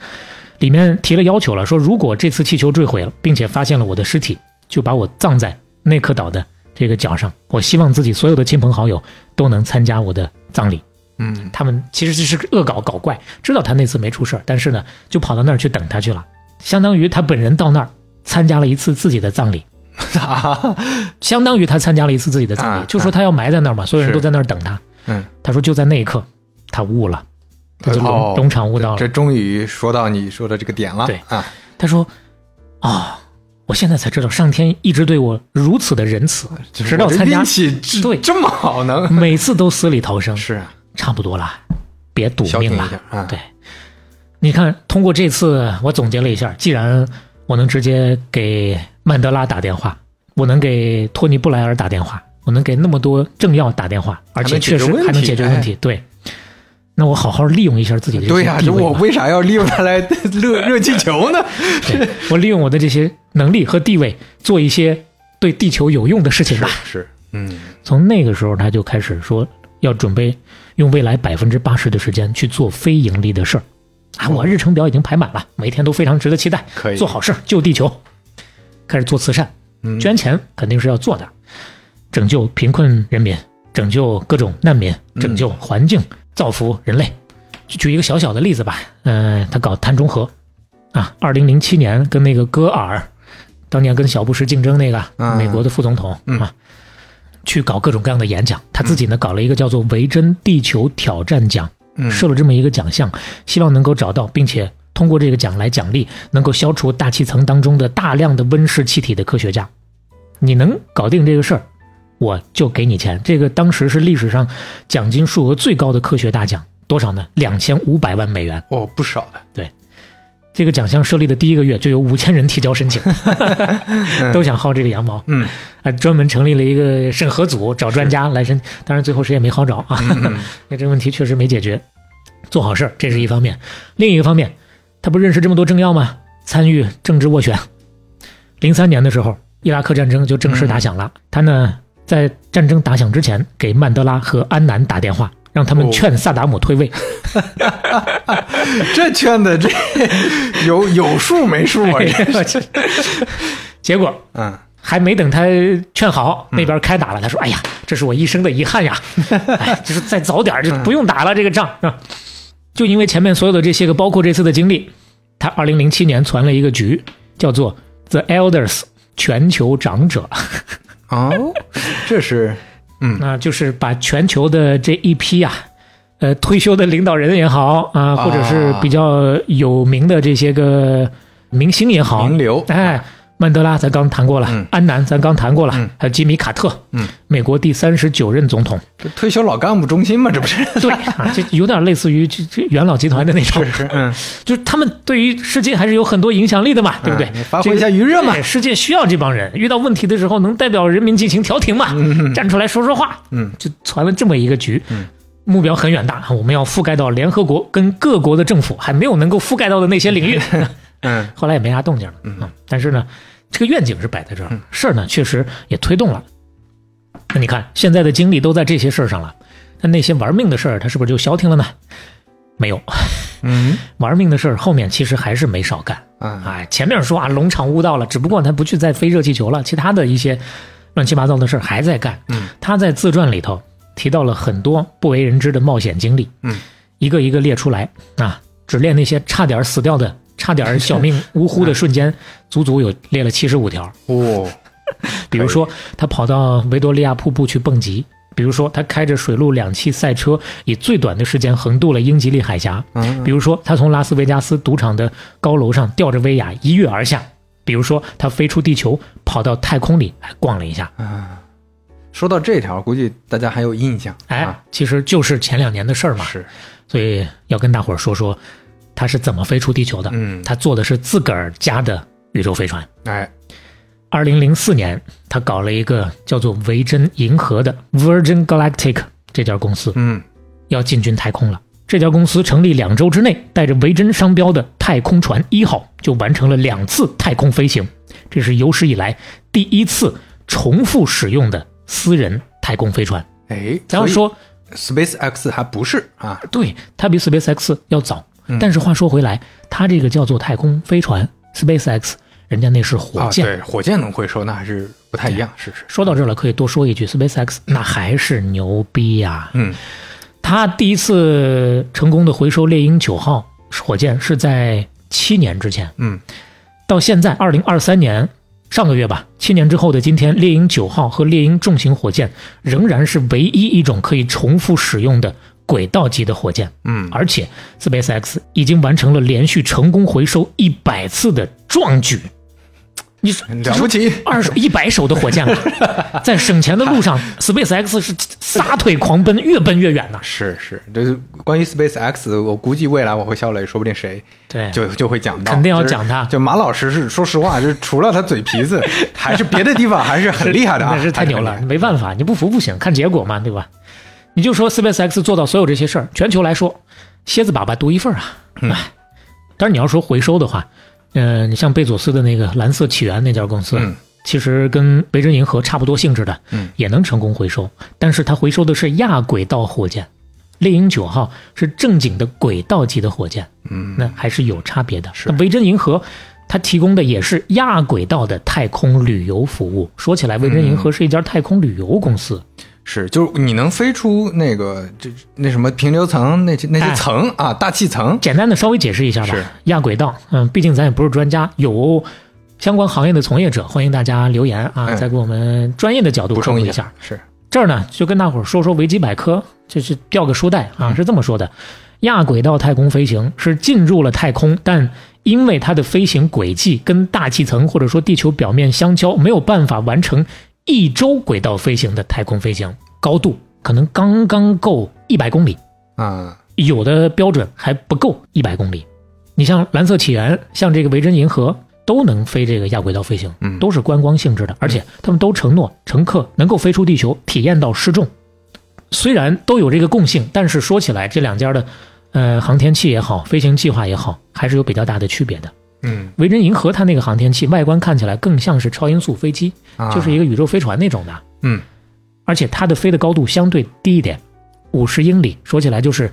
B: 里面提了要求了，说如果这次气球坠毁了，并且发现了我的尸体，就把我葬在内克岛的这个角上。我希望自己所有的亲朋好友都能参加我的葬礼。
C: 嗯，
B: 他们其实就是恶搞搞怪，知道他那次没出事儿，但是呢，就跑到那儿去等他去了，相当于他本人到那儿参加了一次自己的葬礼，
C: 啊
B: 相当于他参加了一次自己的葬礼，
C: 啊
B: 就说他要埋在那儿嘛，所有人
C: 是
B: 都在那儿等他。
C: 嗯，
B: 他说就在那一刻，他悟了，他就龙、
C: 哦
B: 龙场悟道了。
C: 这终于说到你说的这个点了，
B: 对
C: 啊，
B: 他说：“哦，我现在才知道，上天一直对我如此的仁慈，
C: 就是
B: 直到
C: 我这
B: 参加
C: 运，气这
B: 对嗯
C: 这么好能
B: 每次都死里逃 生，
C: 是啊，
B: 差不多了，别赌
C: 消停
B: 命
C: 一
B: 了
C: 下。啊，
B: 对，你看，通过这次，我总结了一下，既然我能直接给曼德拉打电话，我能给托尼布莱尔打电话，我能给那么多政要打电话，而且
C: 能
B: 确
C: 解决
B: 实
C: 问
B: 还能
C: 题哎
B: 解决问题。对，那我好好利用一下自己的这
C: 对
B: 些
C: 呀，
B: 地
C: 这
B: 位
C: 我
B: 吧
C: 为啥要利用它来 热热气球 呢？
B: 对我利用我的这些能力和地位，做一些对地球有用的事情吧。
C: 是，嗯，
B: 从那个时候他就开始说要准备用未来百分之八十的时间去做非盈利的事儿。啊，我日程表已经排满了，每天都非常值得期待。
C: 哦可以
B: 做好事儿救地球，开始做慈善，
C: 嗯
B: 捐钱肯定是要做的，拯救贫困人民，拯救各种难民，
C: 嗯
B: 拯救环境，造福人类。就举一个小小的例子吧，嗯、他搞碳中和，啊，二零零七年跟那个戈尔，当年跟小布什竞争那个、
C: 嗯
B: 美国的副总统、啊，去搞各种各样的演讲，他自己呢搞了一个叫做维珍地球挑战奖，
C: 嗯
B: 设了这么一个奖项，希望能够找到并且通过这个奖来奖励能够消除大气层当中的大量的温室气体的科学家。你能搞定这个事儿，我就给你钱。这个当时是历史上奖金数额最高的科学大奖，多少呢？两千五百万美元。
C: 哦，不少的，
B: 这个奖项设立的第一个月就有五千人提交申 请， 都想薅这个羊毛。
C: 嗯，
B: 还专门成立了一个审核组，找专家来审。当然，最后谁也没好找啊，
C: 嗯
B: 那 这个问题确实没解决。做好事儿，这是一方面；另一个方面，他不认识这么多政要吗？参与政治斡旋。零三年的时候，伊拉克战争就正式打响了。
C: 嗯
B: 他呢，在战争打响之前，给曼德拉和安南打电话，让他们
C: 哦
B: 劝萨达姆退 位。
C: 这圈子这有有数没数啊，这
B: 我去结果
C: 嗯
B: 还没等他劝好，那边开打了。他说：“哎呀，这是我一生的遗憾呀！哎，就是再早点儿就不用打了这个仗。啊”就因为前面所有的这些个，包括这次的经历，他二零零七年传了一个局，叫做 The Elders 全球长者，
C: 哦，这是
B: 那啊就是把全球的这一批啊。呃，退休的领导人也好啊，或者是比较有名的这些个明星也好，
C: 名流，啊
B: 哎，曼德拉咱刚谈过了，
C: 嗯
B: 安南咱刚谈过了，
C: 嗯
B: 还有吉米卡特，
C: 嗯，
B: 美国第三十九任 总统，
C: 这退休老干部中心嘛，这不是？
B: 对啊，这有点类似于这这元老集团的那种，
C: 是 嗯，
B: 就是他们对于世界还是有很多影响力的嘛，对不对？
C: 嗯发挥一下余热嘛
B: 这个哎世界需要这帮人，遇到问题的时候能代表人民进行调停嘛，站出来说说话，
C: 嗯，
B: 就传了这么一个局，目标很远大，我们要覆盖到联合国跟各国的政府还没有能够覆盖到的那些领域，
C: 嗯，
B: 后来也没啥动静了，嗯，但是呢，这个愿景是摆在这儿，事儿呢确实也推动了。那你看现在的精力都在这些事儿上了，那那些玩命的事儿，他是不是就消停了呢？没有，
C: 嗯
B: 玩命的事儿后面其实还是没少干。
C: 啊，
B: 哎，前面说啊，农场悟道了，只不过他不去再飞热气球了，其他的一些乱七八糟的事儿还在干。
C: 嗯，
B: 他在自传里头提到了很多不为人知的冒险经历。
C: 嗯，
B: 一个一个列出来啊，只列那些差点死掉的、差点小命呜 呼
C: 嗯
B: 的瞬间，足足有列了七十五条。
C: 哦，
B: 比如说，他跑到维多利亚瀑布去蹦极；比如说，他开着水陆两栖赛车，以最短的时间横渡了英吉利海峡。
C: 嗯
B: 比如说，他从拉斯维加斯赌场的高楼上吊着威亚一跃而下；比如说，他飞出地球，跑到太空里还逛了一下。
C: 嗯说到这条，估计大家还有印象，
B: 哎
C: 啊，
B: 其实就是前两年的事儿嘛。
C: 是，
B: 所以要跟大伙儿说说，他是怎么飞出地球的。
C: 嗯
B: 他坐的是自个儿家的宇宙飞船。
C: 哎，
B: 二零零四年，他搞了一个叫做维珍银河的 Virgin Galactic 这家公司，
C: 嗯
B: 要进军太空了。这家公司成立两周之内，带着维珍商标的太空船一号就完成了两次太空飞行，这是有史以来第一次重复使用的私人太空飞船。
C: 哎，
B: 咱要
C: 所以
B: 说
C: SpaceX 还不是啊，
B: 对，它比 SpaceX 要早。但是话说回来，它这个叫做太空飞船 SpaceX，人家那是火
C: 啊，
B: 箭。
C: 对，火箭能回收那还是不太一样，是是，
B: 说到这儿了，可以多说一句，SpaceX 那还是牛逼呀、
C: 嗯，
B: 它第一次成功的回收猎鹰九号火箭是在七年之前，
C: 嗯，
B: 到现在二零二三年上个月吧，七年之后的今天，猎鹰九号和猎鹰重型火箭仍然是唯一一种可以重复使用的轨道级的火箭，
C: 嗯
B: 而且 SpaceX 已经完成了连续成功回收一百次的壮举。你说
C: 了不起，
B: 二手一百手的火箭 了，在省钱的路上，SpaceX 是撒腿狂奔，越奔越远呐。
C: 是是，这是关于 SpaceX，我估计未来我会笑雷，说不定谁
B: 对啊
C: 就就会讲到，
B: 肯定要
C: 就是
B: 讲他
C: 就马老师是说实话，就是除了他嘴皮 子，还是别的地方还是很厉害的啊，
B: 那是太牛
C: 还
B: 了，
C: 是很厉
B: 没办法，你不服不行，看结果嘛，对吧？你就说 SpaceX 做到所有这些事儿，全球来说，蝎子粑粑独一份儿啊。哎，呃当然你要说回收的话，嗯、你像贝佐斯的那个蓝色起源那家公司，
C: 嗯
B: 其实跟维珍银河差不多性质的，
C: 嗯，
B: 也能成功回收，但是它回收的是亚轨道火箭，猎鹰九号是正经的轨道级的火箭，
C: 嗯，
B: 那还是有差别的。那维珍银河它提供的也是亚轨道的太空旅游服务。说起来，维珍银河是一家太空旅游公司，
C: 是，就是你能飞出那个这那什么平流层那些那
B: 哎
C: 些层、啊，大气层，
B: 简单的稍微解释一下吧
C: 是。
B: 亚轨道，嗯，毕竟咱也不是专家，有相关行业的从业者，欢迎大家留言啊，
C: 嗯
B: 再给我们专业的角度
C: 补
B: 科普
C: 充
B: 一下
C: 下。，是
B: 这儿呢，就跟大伙儿说说维基百科，就是掉个书袋啊，是这么说的：亚轨道太空飞行是进入了太空，但因为它的飞行轨迹跟大气层或者说地球表面相交，没有办法完成一周轨道飞行的太空飞行，高度可能刚刚够一百公里，
C: 啊，
B: 有的标准还不够一百公里。你像蓝色起源，像这个维珍银河，都能飞这个亚轨道飞行，
C: 嗯
B: 都是观光性质的，而且他们都承诺乘客能够飞出地球，体验到失重。虽然都有这个共性，但是说起来，这两家的，呃，航天器也好，飞行计划也好，还是有比较大的区别的。
C: 嗯，
B: 维珍银河它那个航天器外观看起来更像是超音速飞机，
C: 啊
B: 就是一个宇宙飞船那种的。
C: 嗯，
B: 而且它的飞的高度相对低一点，五十英里，说起来就是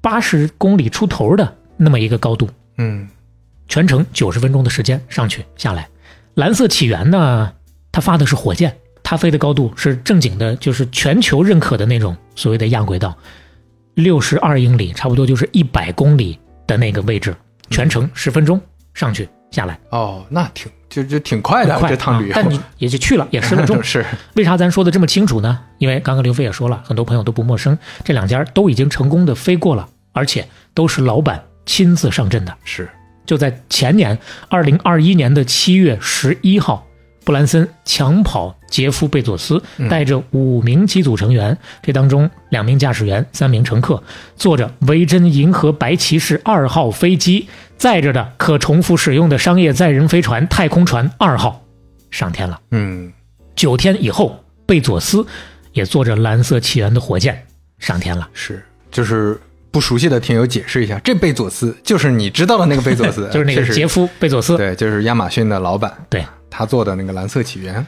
B: 八十公里出头的那么一个高度，
C: 嗯
B: 全程九十分钟的时间上去下来。蓝色起源呢，它发的是火箭，它飞的高度是正经的，就是全球认可的那种所谓的亚轨道，六十二英里，差不多就是一百公里的那个位置，全程十分钟上去下来，
C: 哦，那挺就就挺快
B: 很
C: 的
B: 快
C: 这趟
B: 啊
C: 旅游，
B: 但你也就去了，也十分钟，
C: 是
B: 为啥咱说的这么清楚呢？因为刚刚刘飞也说了，很多朋友都不陌生，这两家都已经成功的飞过了，而且都是老板亲自上阵的。
C: 是，
B: 就在前年，二零二一年的七月十一号，布兰森抢跑杰夫·贝佐斯，带着五名机组成员，这当中两名驾驶员、三名乘客，坐着维珍银河白骑士二号飞机载着的可重复使用的商业载人飞船太空船二号上天了。
C: 嗯
B: 九天以后，贝佐斯也坐着蓝色起源的火箭上天了。
C: 是，就是不熟悉的听友解释一下，这贝佐斯就是你知道的那个贝佐斯，
B: 就是那个
C: 这
B: 杰夫·贝佐斯，
C: 对，就是亚马逊的老板，
B: 对
C: 他做的那个蓝色起源，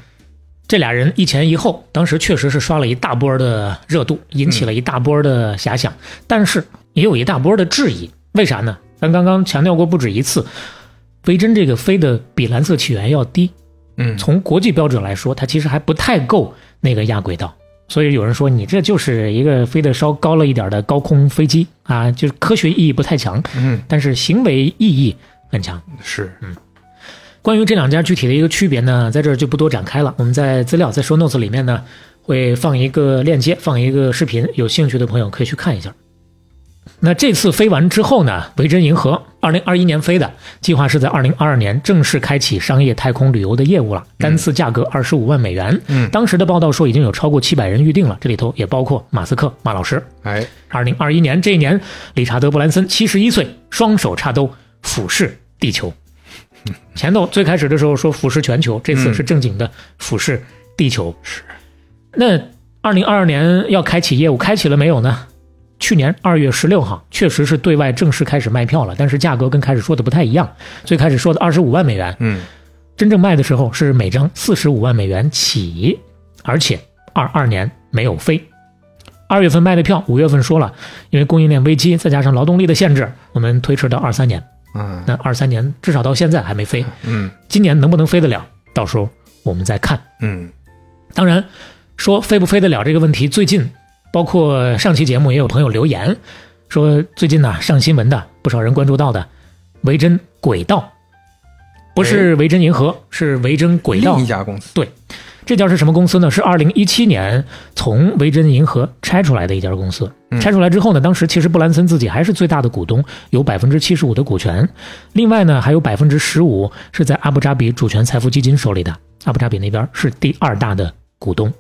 B: 这俩人一前一后，当时确实是刷了一大波的热度，引起了一大波的遐想，但是也有一大波的质疑。为啥呢？咱刚刚强调过不止一次，维珍这个飞的比蓝色起源要低，
C: 嗯，
B: 从国际标准来说，它其实还不太够那个亚轨道。所以有人说你这就是一个飞得稍高了一点的高空飞机啊，就是科学意义不太强，
C: 嗯
B: 但是行为意义很强。
C: 是，
B: 嗯关于这两家具体的一个区别呢，在这儿就不多展开了。我们在资料在 show notes 里面呢，会放一个链接，放一个视频，有兴趣的朋友可以去看一下。那这次飞完之后呢，维珍银河二零二一年飞的，计划是在二零二二年正式开启商业太空旅游的业务了，单次价格二十五万美元。
C: 嗯
B: 当时的报道说已经有超过七百人预定了，这里头也包括马斯克马老师。
C: 哎，
B: 二零二一年这一年，理查德·布兰森七十一岁，双手插兜，俯视地球。前头最开始的时候说俯视全球，这次是正经的俯视地球。是。那二零二二年要开启业务，开启了没有呢？去年二月十六号确实是对外正式开始卖票了，但是价格跟开始说的不太一样。最开始说的二十五万美元，
C: 嗯
B: 真正卖的时候是每张四十五万美元起，而且二二年没有飞。二月份卖的票，五月份说了，因为供应链危机，再加上劳动力的限制，我们推迟到二三年。
C: 嗯
B: 那二三年至少到现在还没飞，
C: 嗯
B: 今年能不能飞得了，到时候我们再看。
C: 嗯
B: 当然，说飞不飞得了这个问题，最近包括上期节目也有朋友留言说，最近呢、上新闻的不少人关注到的维珍轨道，不是维珍银河，是维珍轨道
C: 哎另一家公司，
B: 这家是什么公司呢？是二零一七年从维珍银河拆出来的一家公司。
C: 嗯
B: 拆出来之后呢，当时其实布兰森自己还是最大的股东，有百分之七十五的股权，另外呢还有百分之十五是在阿布扎比主权财富基金手里的。阿布扎比那边是第二大的股东。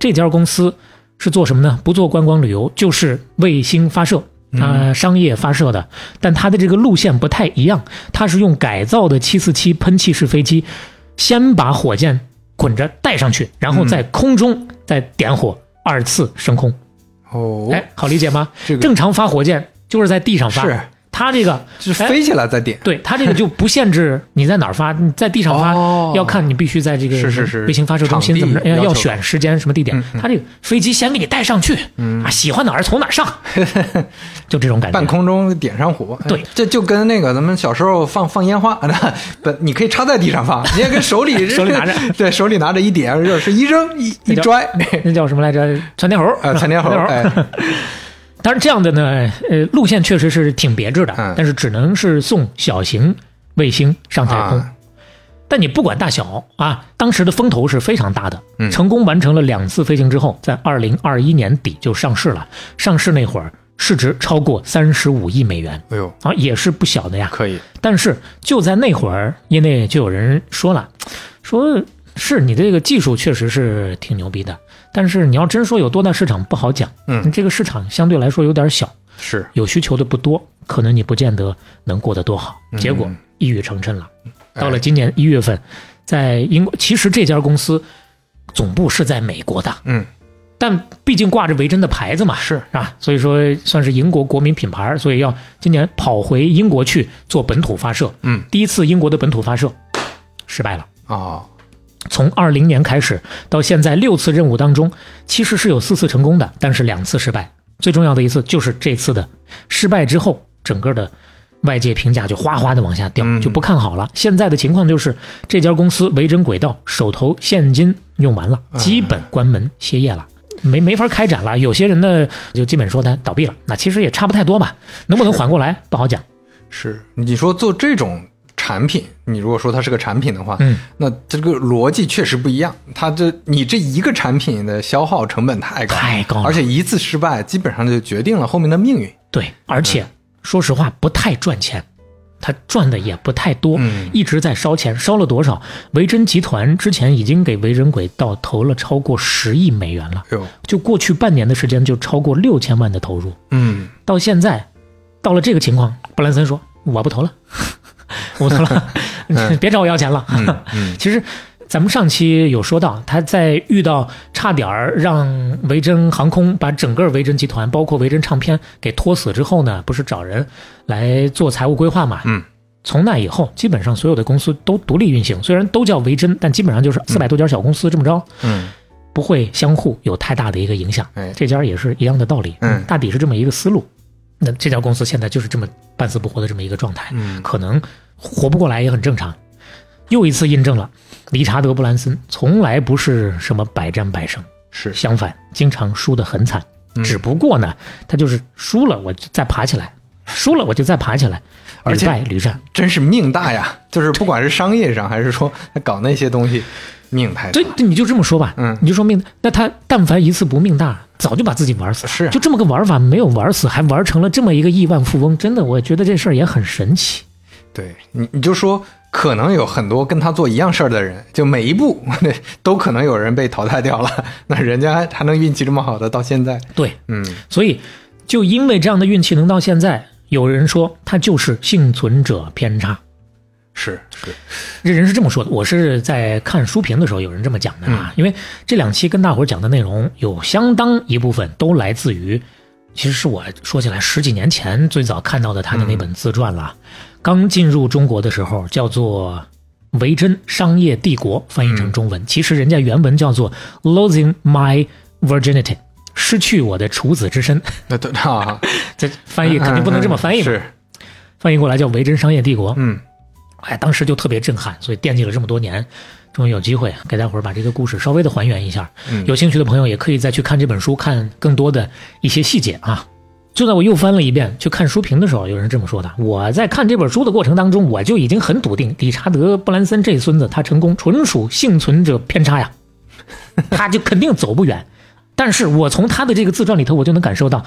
B: 这家公司是做什么呢？不做观光旅游，就是卫星发射。啊、商业发射的，但它的这个路线不太一样，它是用改造的747喷气式飞机，先把火箭捆着带上去，然后在空中再点火，二次升空。
C: 嗯哦，
B: 哎，好理解吗？
C: 这个
B: 正常发火箭就是在地上发，
C: 是
B: 它这个
C: 就是
B: 哎
C: 飞起来再点。
B: 对它这个就不限制你在哪儿发，你在地上发，
C: 哦
B: 要看你必须在这个
C: 是是是
B: 卫星发射中心
C: 场地
B: 怎么着，要要
C: 要求嗯
B: 选时间什么地点。它这个飞机先给你带上去，啊，喜欢哪儿从哪儿 上，就这种感觉。
C: 半空中点上火，哎
B: 对
C: 这就跟那个咱们小时候放放烟花，那本你可以插在地上放，你也跟手里
B: 手里拿着
C: 对，手里拿着一点，就是一扔一一
B: 那叫
C: 拽，
B: 那叫什么来着？窜天猴
C: 呃，窜天猴，哎，
B: 当然，这样的呢，呃，路线确实是挺别致的，
C: 嗯
B: 但是只能是送小型卫星上太空。
C: 啊
B: 但你不管大小啊，当时的风头是非常大的。
C: 嗯
B: 成功完成了两次飞行之后，在二零二一年底就上市了。上市那会儿，市值超过三十五亿美元
C: 哎呦，
B: 啊，也是不小的呀。
C: 可以，
B: 但是就在那会儿，业内就有人说了，说是你这个技术确实是挺牛逼的，但是你要真说有多大市场不好讲，
C: 嗯
B: 这个市场相对来说有点小，
C: 是
B: 有需求的不多，可能你不见得能过得多好。
C: 嗯
B: 结果一语成谶了，
C: 哎
B: 到了今年一月份，在英国，其实这家公司总部是在美国的，
C: 嗯，
B: 但毕竟挂着维珍的牌子嘛，
C: 是
B: 啊，所以说算是英国国民品牌，所以要今年跑回英国去做本土发射。
C: 嗯，
B: 第一次英国的本土发射失败了。
C: 哦，
B: 从二零年开始到现在六次任务当中，其实是有四次成功的，但是两次失败。最重要的一次就是这次的失败之后，整个的外界评价就哗哗的往下掉，
C: 嗯
B: 就不看好了。现在的情况就是，这家公司维珍轨道手头现金用完了，基本关门歇业了。没没法开展了，有些人呢就基本说他倒闭了，那其实也差不太多吧，能不能缓过来不好讲。
C: 是，你说做这种产品，你如果说它是个产品的话，
B: 嗯，
C: 那这个逻辑确实不一样。它这你这一个产品的消耗成本太高，
B: 太高了
C: 而且一次失败基本上就决定了后面的命运。
B: 对，而且、说实话不太赚钱，他赚的也不太多，
C: 嗯
B: 一直在烧钱，烧了多少？维珍集团之前已经给维珍轨道投了超过十亿美元了，
C: 哎呦，
B: 就过去半年的时间就超过六千万的投入，
C: 嗯，
B: 到现在到了这个情况，布兰森说我不投了， 我不投了， 别找我要钱了。
C: 嗯
B: 其实。咱们上期有说到，他在遇到差点儿让维珍航空把整个维珍集团，包括维珍唱片给拖死之后呢，不是找人来做财务规划嘛？
C: 嗯，
B: 从那以后，基本上所有的公司都独立运行，虽然都叫维珍，但基本上就是四百多家小公司这么着。
C: 嗯，
B: 不会相互有太大的一个影响。
C: 哎
B: 这家也是一样的道理，
C: 嗯
B: 大抵是这么一个思路。那这家公司现在就是这么半死不活的这么一个状态，
C: 嗯
B: 可能活不过来也很正常。又一次印证了，理查德·布兰森从来不是什么百战百胜，
C: 是
B: 相反，经常输得很惨。
C: 嗯
B: 只不过呢，他就是输了我就再爬起来，输了我就再爬起来，
C: 而
B: 屡
C: 且
B: 败屡战。
C: 真是命大 呀！就是不管是商业上，还是说他搞那些东西，命太大
B: 对。，对你就这么说吧，
C: 嗯
B: 你就说命，那他但凡一次不命大，早就把自己玩死了。
C: 是啊
B: 就这么个玩法，没有玩死，还玩成了这么一个亿万富翁，真的，我觉得这事儿也很神奇。
C: 对你，你就说可能有很多跟他做一样事儿的人，就每一步 都可能有人被淘汰掉了。那人家还还能运气这么好的到现在，
B: 对，
C: 嗯，
B: 所以就因为这样的运气能到现在，有人说他就是幸存者偏差。
C: 是是，
B: 这人是这么说的，我是在看书评的时候有人这么讲的啊，因为这两期跟大伙儿讲的内容有相当一部分都来自于，其实是我说起来十几年前最早看到的他的那本自传了，刚进入中国的时候叫做《维珍商业帝国》，翻译成中文，其实人家原文叫做《Losing My Virginity》，失去我的处子之身，
C: 那对啊，
B: 这翻哎译肯定不能这么翻译嘛，
C: 是，
B: 翻译过来叫《维珍商业帝国》，
C: 嗯，
B: 哎，当时就特别震撼，所以惦记了这么多年，终于有机会给大伙儿把这个故事稍微的还原一下。
C: 嗯
B: 有兴趣的朋友也可以再去看这本书，看更多的一些细节啊。就在我又翻了一遍去看书评的时候，有人这么说的：我在看这本书的过程当中，我就已经很笃定，理查德·布兰森这孙子他成功纯属幸存者偏差 呀，他就肯定走不远。但是我从他的这个自传里头，我就能感受到，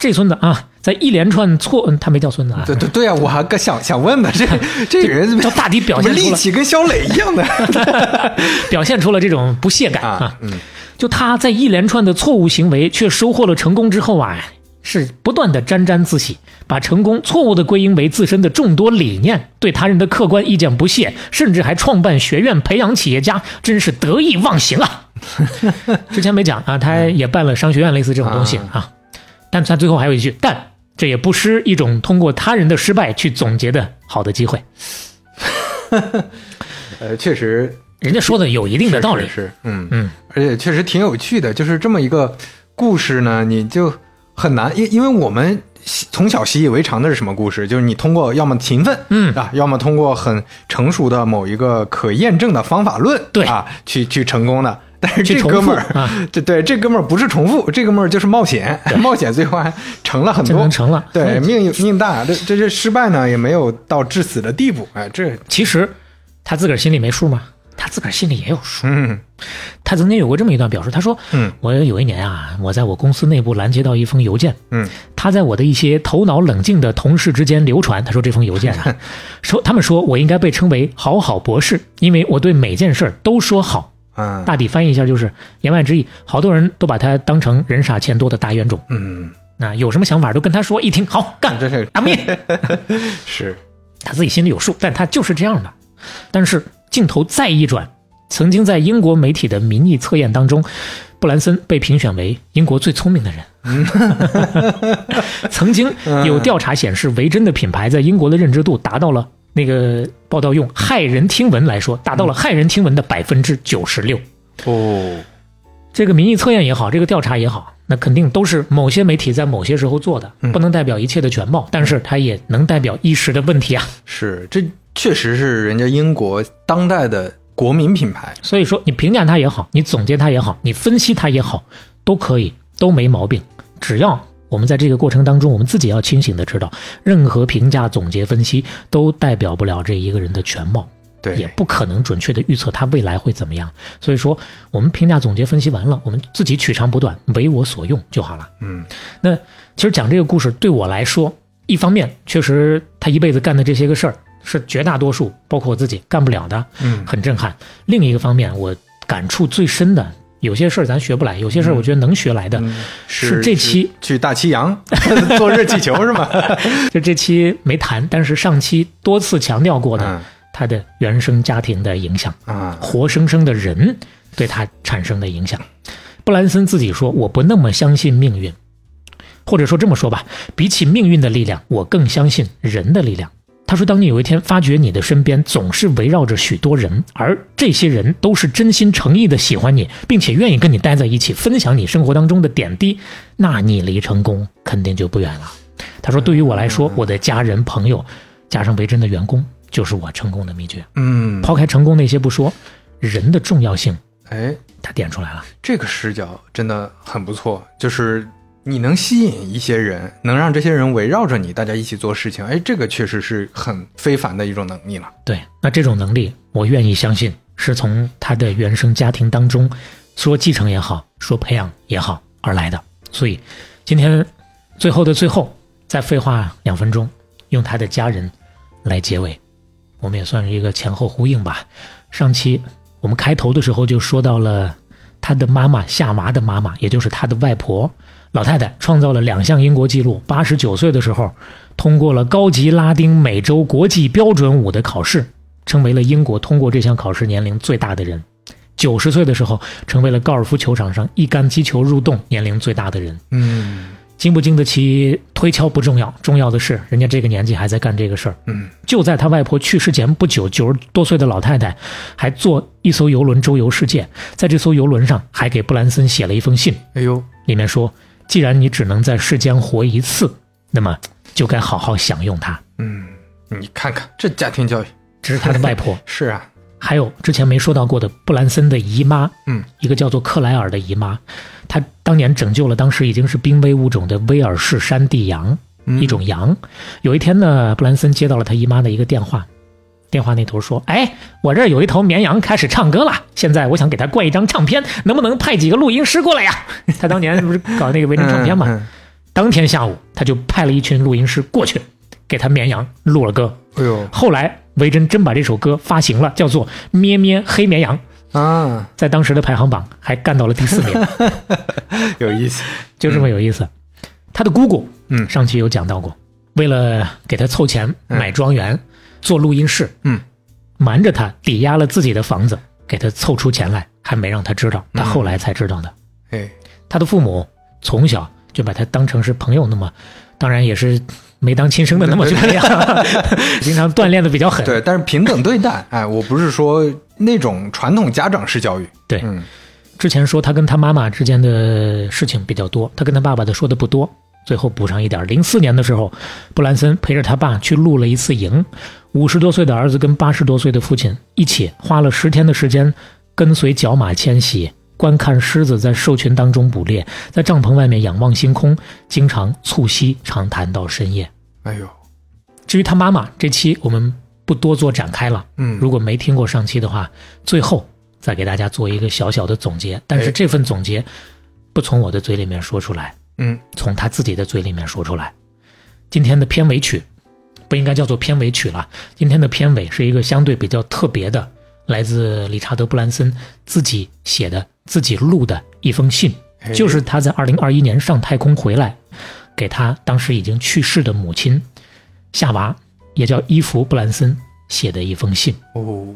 B: 这孙子啊，在一连串错，嗯他没叫孙子啊，
C: 对对对啊，我还个想想问呢，这这人
B: 这大抵表现
C: 怎么
B: 出
C: 力
B: 了
C: 气跟肖磊一样 的
B: 表现出了这种不屑感
C: 啊
B: 啊，。
C: 嗯，
B: 就他在一连串的错误行为却收获了成功之后啊，是不断的沾沾自喜，把成功错误的归因为自身的众多理念，对他人的客观意见不屑，甚至还创办学院培养企业家，真是得意忘形啊！之前没讲啊，他也办了商学院类似这种东西啊，但他最后还有一句，但这也不失一种通过他人的失败去总结的好的机会。
C: 呃，确实
B: 人家说的有一定的道理
C: 是，是，是嗯
B: 嗯，
C: 而且确实挺有趣的，就是这么一个故事呢，你就很难，因因为我们习从小习以为常的是什么故事？就是你通过要么勤奋，
B: 嗯
C: 啊，要么通过很成熟的某一个可验证的方法论，
B: 对
C: 啊，去去成功的。但是
B: 去
C: 这
B: 重
C: 哥们
B: 复
C: 儿
B: 啊，
C: 对对，这哥们儿不是重复，这哥们儿就是冒险， 冒险最后还成了很
B: 这
C: 多，
B: 能成了
C: 对，命有命大，这这这失败呢也没有到致死的地步，哎，这
B: 其实他自个儿心里没数吗？他自个儿心里也有数。
C: 嗯
B: 他曾经有过这么一段表述，他说：“
C: 嗯，
B: 我有一年啊，我在我公司内部拦截到一封邮件，
C: 嗯，
B: 他在我的一些头脑冷静的同事之间流传。他说这封邮件 啊，说他们说我应该被称为‘好好博士’，因为我对每件事儿都说好。
C: 嗯
B: 大体翻译一下就是言外之意，好多人都把他当成人傻钱多的大冤种。
C: 嗯，
B: 那有什么想法都跟他说，一听好干，
C: 这是
B: 打灭。”
C: 是
B: 他自己心里有数，但他就是这样的。但是镜头再一转，曾经在英国媒体的民意测验当中，布兰森被评选为英国最聪明的人。曾经有调查显示，维珍的品牌在英国的认知度达到了那个报道用骇人听闻来说，达到了骇人听闻的百分之九十六。
C: 哦，
B: 这个民意测验也好，这个调查也好，那肯定都是某些媒体在某些时候做的，不能代表一切的全貌，但是它也能代表一时的问题啊。
C: 是，这确实是人家英国当代的国民品牌。
B: 所以说，你评价它也好，你总结它也好，你分析它也好，都可以，都没毛病。只要我们在这个过程当中，我们自己要清醒的知道，任何评价、总结、分析都代表不了这一个人的全貌，也
C: 对，
B: 不可能准确的预测他未来会怎么样。所以说，我们评价、总结、分析完了，我们自己取长补短，为我所用就好了。
C: 嗯，
B: 那其实讲这个故事对我来说，一方面确实他一辈子干的这些个事儿是绝大多数，包括我自己干不了的，
C: 嗯
B: 很震撼。另一个方面，我感触最深的，有些事儿咱学不来，有
C: 嗯
B: 些事儿我觉得能学来的，是这期
C: 去大西洋 坐热气球是 吗？
B: 就这期没谈，但是上期多次强调过的
C: 嗯，
B: 他的原生家庭的影响，
C: 啊，
B: 活生生的人对他产生的影响。布兰森自己说：“我不那么相信命运，或者说这么说吧，比起命运的力量，我更相信人的力量。”他说：“当你有一天发觉你的身边总是围绕着许多人，而这些人都是真心诚意的喜欢你，并且愿意跟你待在一起，分享你生活当中的点滴，那你离成功肯定就不远了。”他说：“对于我来说，我的家人、朋友，加上维珍的员工，就是我成功的秘诀。”
C: 嗯，
B: 抛开成功那些不说，人的重要性
C: 哎，
B: 他点出来了。
C: 这个视角真的很不错，就是你能吸引一些人，能让这些人围绕着你，大家一起做事情，哎，这个确实是很非凡的一种能力了。
B: 对，那这种能力，我愿意相信是从他的原生家庭当中，说继承也好，说培养也好而来的。所以，今天最后的最后，再废话两分钟，用他的家人来结尾，我们也算是一个前后呼应吧。上期我们开头的时候就说到了他的妈妈夏娃的妈妈，也就是他的外婆老太太，创造了两项英国纪录。八十九岁的时候，通过了高级拉丁美洲国际标准舞的考试，成为了英国通过这项考试年龄最大的人。九十岁的时候，成为了高尔夫球场上一杆击球入洞年龄最大的人。
C: 嗯
B: 经不经得起推敲不重要，重要的是人家这个年纪还在干这个事儿。
C: 嗯，
B: 就在他外婆去世前不久，九十多岁的老太太还坐一艘游轮周游世界，在这艘游轮上还给布兰森写了一封信，
C: 哎呦，
B: 里面说：“既然你只能在世间活一次，那么就该好好享用它。
C: 嗯，你看看这家庭教育，”
B: 这是他的外婆，
C: 是啊，
B: 还有之前没说到过的布兰森的姨妈，
C: 嗯，
B: 一个叫做克莱尔的姨妈，她当年拯救了当时已经是濒危物种的威尔士山地羊，
C: 嗯
B: 一种羊。有一天呢，布兰森接到了他姨妈的一个电话，电话那头说：“哎，我这儿有一头绵羊开始唱歌了，现在我想给它灌一张唱片，能不能派几个录音师过来呀？” 他当年不是搞那个维珍唱片嘛，
C: 嗯
B: 当天下午他就派了一群录音师过去，给他绵羊录了歌。
C: 哎呦
B: 后来维珍真把这首歌发行了，叫做《咩咩黑绵羊》，
C: 啊，
B: 在当时的排行榜还干到了第四 名，
C: 有意思，
B: 就这么有意思。他的姑姑，
C: 嗯
B: 上期有讲到过，为了给他凑钱买庄园、做录音室，
C: 嗯，
B: 瞒着他抵押了自己的房子，给他凑出钱来，还没让他知道，
C: 嗯
B: 他后来才知道的。
C: 哎，
B: 他的父母从小就把他当成是朋友那么当然也是没当亲生的那 么卷呀，经常锻炼的比较狠。
C: 对，但是平等对待，哎，我不是说那种传统家长式教育，
B: 对
C: 嗯，
B: 之前说他跟他妈妈之间的事情比较多，他跟他爸爸的说的不多。最后补上一点，零四年的时候，布兰森陪着他爸去露了一次营，五十多岁的儿子跟八十多岁的父亲一起花了十天的时间，跟随角马迁徙，观看狮子在兽群当中捕猎，在帐篷外面仰望星空，经常促膝长谈到深夜。
C: 哎呦，
B: 至于他妈妈，这期我们不多做展开了。
C: 嗯
B: 如果没听过上期的话，最后再给大家做一个小小的总结。但是
C: 哎
B: 这份总结不从我的嘴里面说出来，
C: 嗯，
B: 从他自己的嘴里面说出来。今天的片尾曲不应该叫做片尾曲了，今天的片尾是一个相对比较特别的，来自理查德·布兰森自己写的、自己录的一封信，
C: 哎
B: 就是他在2021年上太空回来，给他当时已经去世的母亲夏娃，也叫伊芙·布兰森写的一封信。
C: 哦，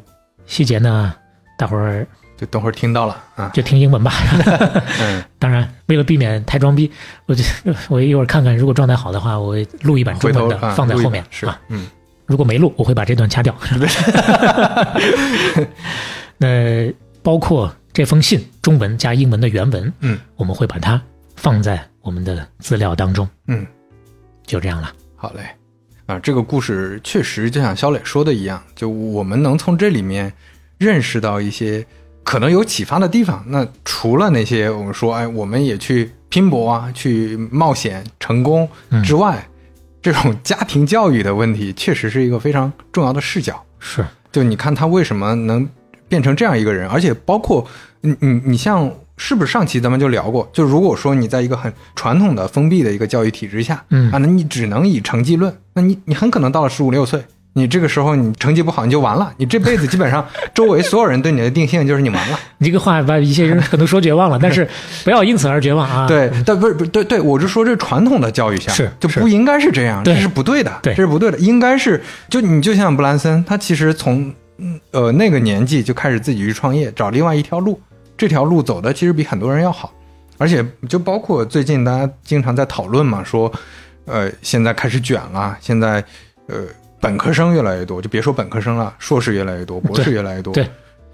B: 细节呢，大伙儿
C: 就等会儿听到了啊，
B: 就听英文吧。
C: 嗯，
B: 当然，为了避免太装逼，我就我一会儿看看，如果状态好的话，我录一版中
C: 回
B: 文
C: 头
B: 的
C: 啊
B: 放在
C: 录一
B: 后
C: 版
B: 面
C: 是
B: 啊。，
C: 嗯，
B: 如果没录，我会把这段掐掉。 那包括这封信中文加英文的原文，
C: 嗯，
B: 我们会把它放在我们的资料当中。
C: 嗯，
B: 就这样了。
C: 好嘞，啊，这个故事确实就像肖磊说的一样，就我们能从这里面认识到一些可能有启发的地方。那除了那些我们说，哎，我们也去拼搏啊，去冒险成功之外，这种家庭教育的问题确实是一个非常重要的视角。
B: 是，
C: 就你看他为什么能变成这样一个人，而且包括你你你像是不是上期咱们就聊过，就如果说你在一个很传统的封闭的一个教育体制下，
B: 嗯
C: 啊，那你只能以成绩论，那你你很可能到了十五六岁。你这个时候你成绩不好你就完了，你这辈子基本上 周围所有人对你的定性就是你完了。
B: 你这个话把一些人可能说绝望 了，但是不要因此而绝望啊。
C: 对，但不是不是对对，我是说这传统的教育下
B: 是
C: 就是不应该是这样，
B: 对
C: 这是不对的，
B: 对
C: 这是不对的，应该是就你就像布兰森，他其实从嗯呃那个年纪就开始自己去创业，找另外一条路，这条路走的其实比很多人要好，而且就包括最近大家经常在讨论嘛，说呃现在开始卷了，现在呃本科生越来越多，就别说本科生了，硕士越来越多，博士
B: 对
C: 越来越多，
B: 对，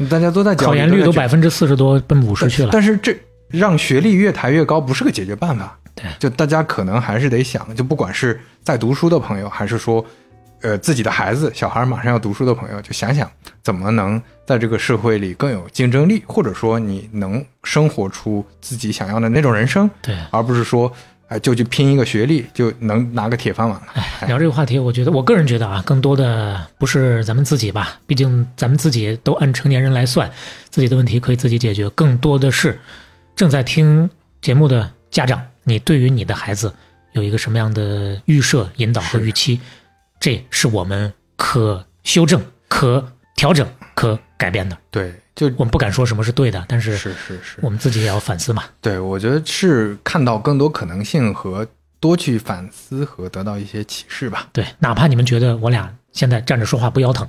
C: 大家都在
B: 考
C: 焦虑
B: 研率都
C: 在卷
B: 百分之四十多，奔五十去了。
C: 但是这让学历越抬越高不是个解决办法。
B: 对
C: 就大家可能还是得想，就不管是在读书的朋友，还是说，呃，自己的孩子、小孩马上要读书的朋友，就想想怎么能在这个社会里更有竞争力，或者说你能生活出自己想要的那种人生，
B: 对，
C: 而不是说，哎、就去拼一个学历就能拿个铁饭碗了。
B: 聊这个话题，我觉得我个人觉得啊，更多的不是咱们自己吧，毕竟咱们自己都按成年人来算，自己的问题可以自己解决，更多的是正在听节目的家长，你对于你的孩子有一个什么样的预设、引导和预期，这是我们可修正、可调整、可改变的。
C: 对，就
B: 我们不敢说什么是对的，但是
C: 是是是，
B: 我们自己也要反思嘛。
C: 对，我觉得是看到更多可能性和多去反思和得到一些启示吧。
B: 对，哪怕你们觉得我俩现在站着说话不腰疼，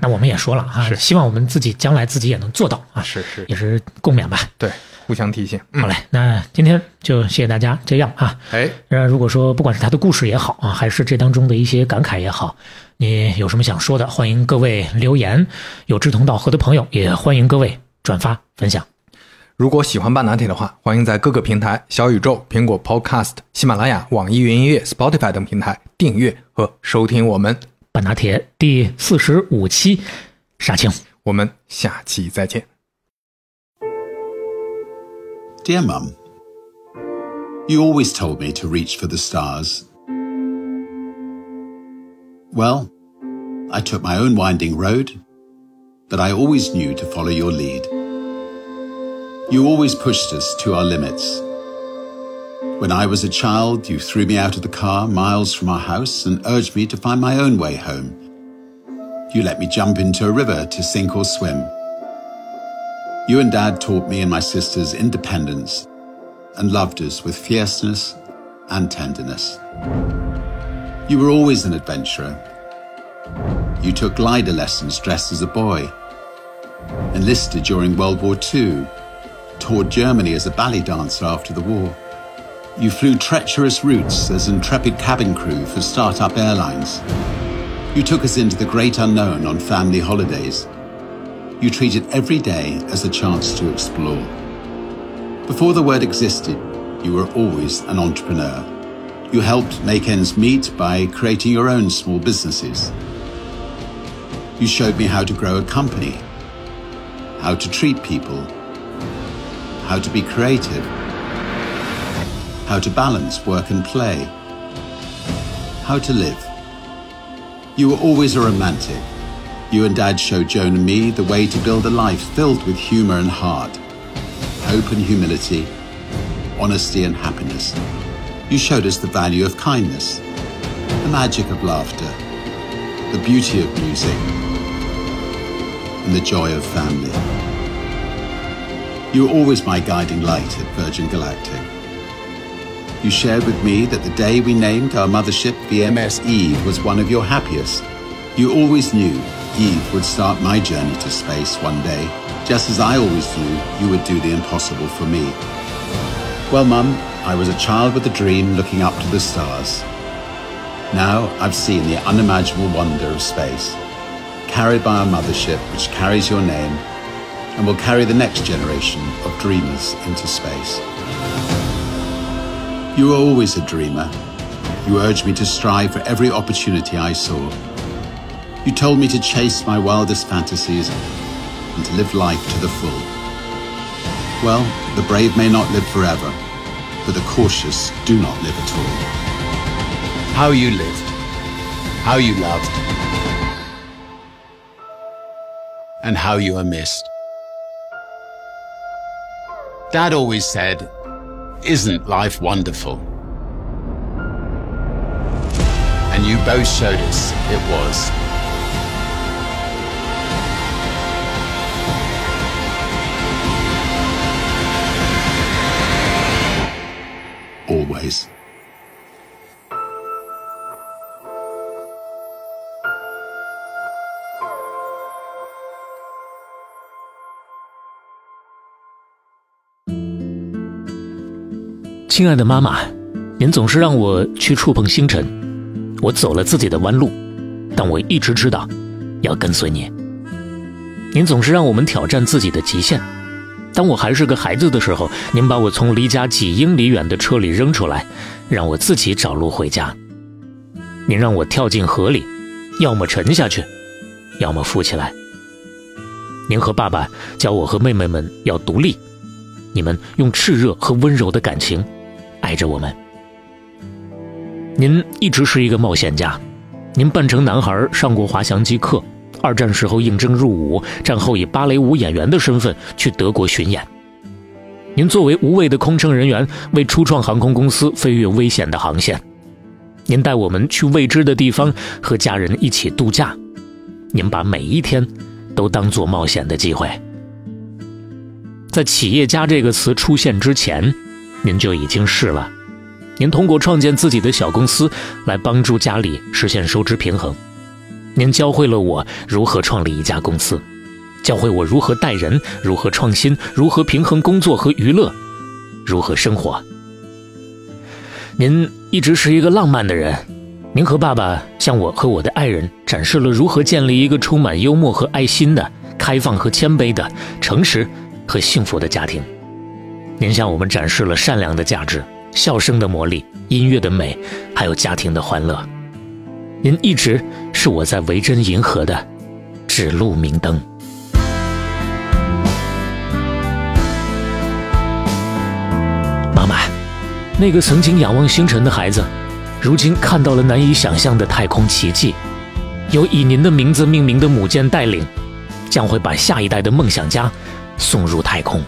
B: 那我们也说了啊，希望我们自己将来自己也能做到啊，
C: 是是
B: 也是共勉吧。
C: 对，互相提醒。嗯
B: 好嘞，那今天就谢谢大家，这样啊。
C: 哎，
B: 那如果说不管是他的故事也好啊，还是这当中的一些感慨也好，你有什么想说的，欢迎各位留言。有志同道合的朋友，也欢迎各位转发分享。
C: 如果喜欢半拿铁的话，欢迎在各个平台小宇宙、苹果 Podcast、喜马拉雅、网易云音乐、Spotify 等平台订阅和收听我们。
B: 半拿铁第四十五期，杀青。
C: 我们下期再见。
F: Dear Mum, you always told me to reach for the stars. Well, I took my own winding road, but I always knew to follow your lead. You always pushed us to our limits. When I was a child, you threw me out of the car miles from our house and urged me to find my own way home. You let me jump into a river to sink or swim. You and Dad taught me and my sisters independence and loved us with fierceness and tenderness. You were always an adventurer. You took glider lessons dressed as a boy, enlisted during World War II, toured Germany as a ballet dancer after the war, You flew treacherous routes as intrepid cabin crew for startup airlines. You took us into the great unknown on family holidays. You treated every day as a chance to explore. Before the word existed, you were always an entrepreneur. You helped make ends meet by creating your own small businesses. You showed me how to grow a company, how to treat people, how to be creative, how to balance work and play, how to live. You were always a romantic. You and Dad showed Joan and me the way to build a life filled with humor and heart, hope and humility, honesty and happiness. You showed us the value of kindness, the magic of laughter, the beauty of music, and the joy of family. You were always my guiding light at Virgin Galactic. You shared with me that the day we named our mothership VMS Eve E was one of your happiest. You always knew Eve would start my journey to space one day, just as I always knew you would do the impossible for me. Well, Mum, I was a child with a dream looking up to the stars. Now I've seen the unimaginable wonder of space, carried by our mothership, which carries your name and will carry the next generation of dreamers into space. You were always a dreamer. You urged me to strive for every opportunity I saw. You told me to chase my wildest fantasies and to live life to the full. Well, the brave may not live forever, but the cautious do not live at all. How you lived, how you loved, and how you are missed. Dad always said, Isn't life wonderful? And you both showed us it was. Always.
B: 亲爱的妈妈，您总是让我去触碰星辰，我走了自己的弯路，但我一直知道要跟随您。您总是让我们挑战自己的极限。当我还是个孩子的时候，您把我从离家几英里远的车里扔出来，让我自己找路回家。您让我跳进河里，要么沉下去，要么浮起来。您和爸爸教我和妹妹们要独立，你们用炽热和温柔的感情爱着我们。您一直是一个冒险家，您扮成男孩上过滑翔机课，二战时候应征入伍，战后以芭蕾舞演员的身份去德国巡演。您作为无畏的空乘人员，为初创航空公司飞越危险的航线。您带我们去未知的地方，和家人一起度假。您把每一天都当做冒险的机会。在“企业家”这个词出现之前，您就已经是了。您通过创建自己的小公司来帮助家里实现收支平衡。您教会了我如何创立一家公司，教会我如何待人，如何创新，如何平衡工作和娱乐，如何生活。您一直是一个浪漫的人，您和爸爸向我和我的爱人展示了如何建立一个充满幽默和爱心的、开放和谦卑的、诚实和幸福的家庭。您向我们展示了善良的价值、笑声的魔力、音乐的美，还有家庭的欢乐。您一直是我在维珍银河的指路明灯。妈妈，那个曾经仰望星辰的孩子，如今看到了难以想象的太空奇迹。有以您的名字命名的母舰带领，将会把下一代的梦想家送入太空。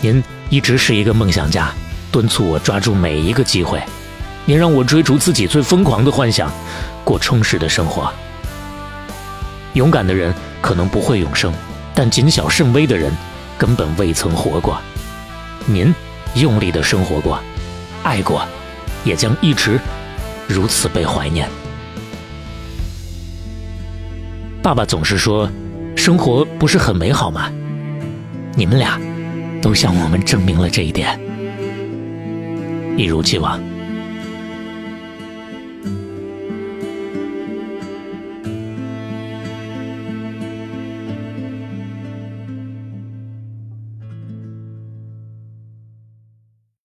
B: 您一直是一个梦想家，敦促我抓住每一个机会。您让我追逐自己最疯狂的幻想，过充实的生活。勇敢的人可能不会永生，但谨小慎微的人根本未曾活过。您用力的生活过，爱过，也将一直如此被怀念。爸爸总是说，生活不是很美好吗？你们俩都向我们证明了这一点。一如既往。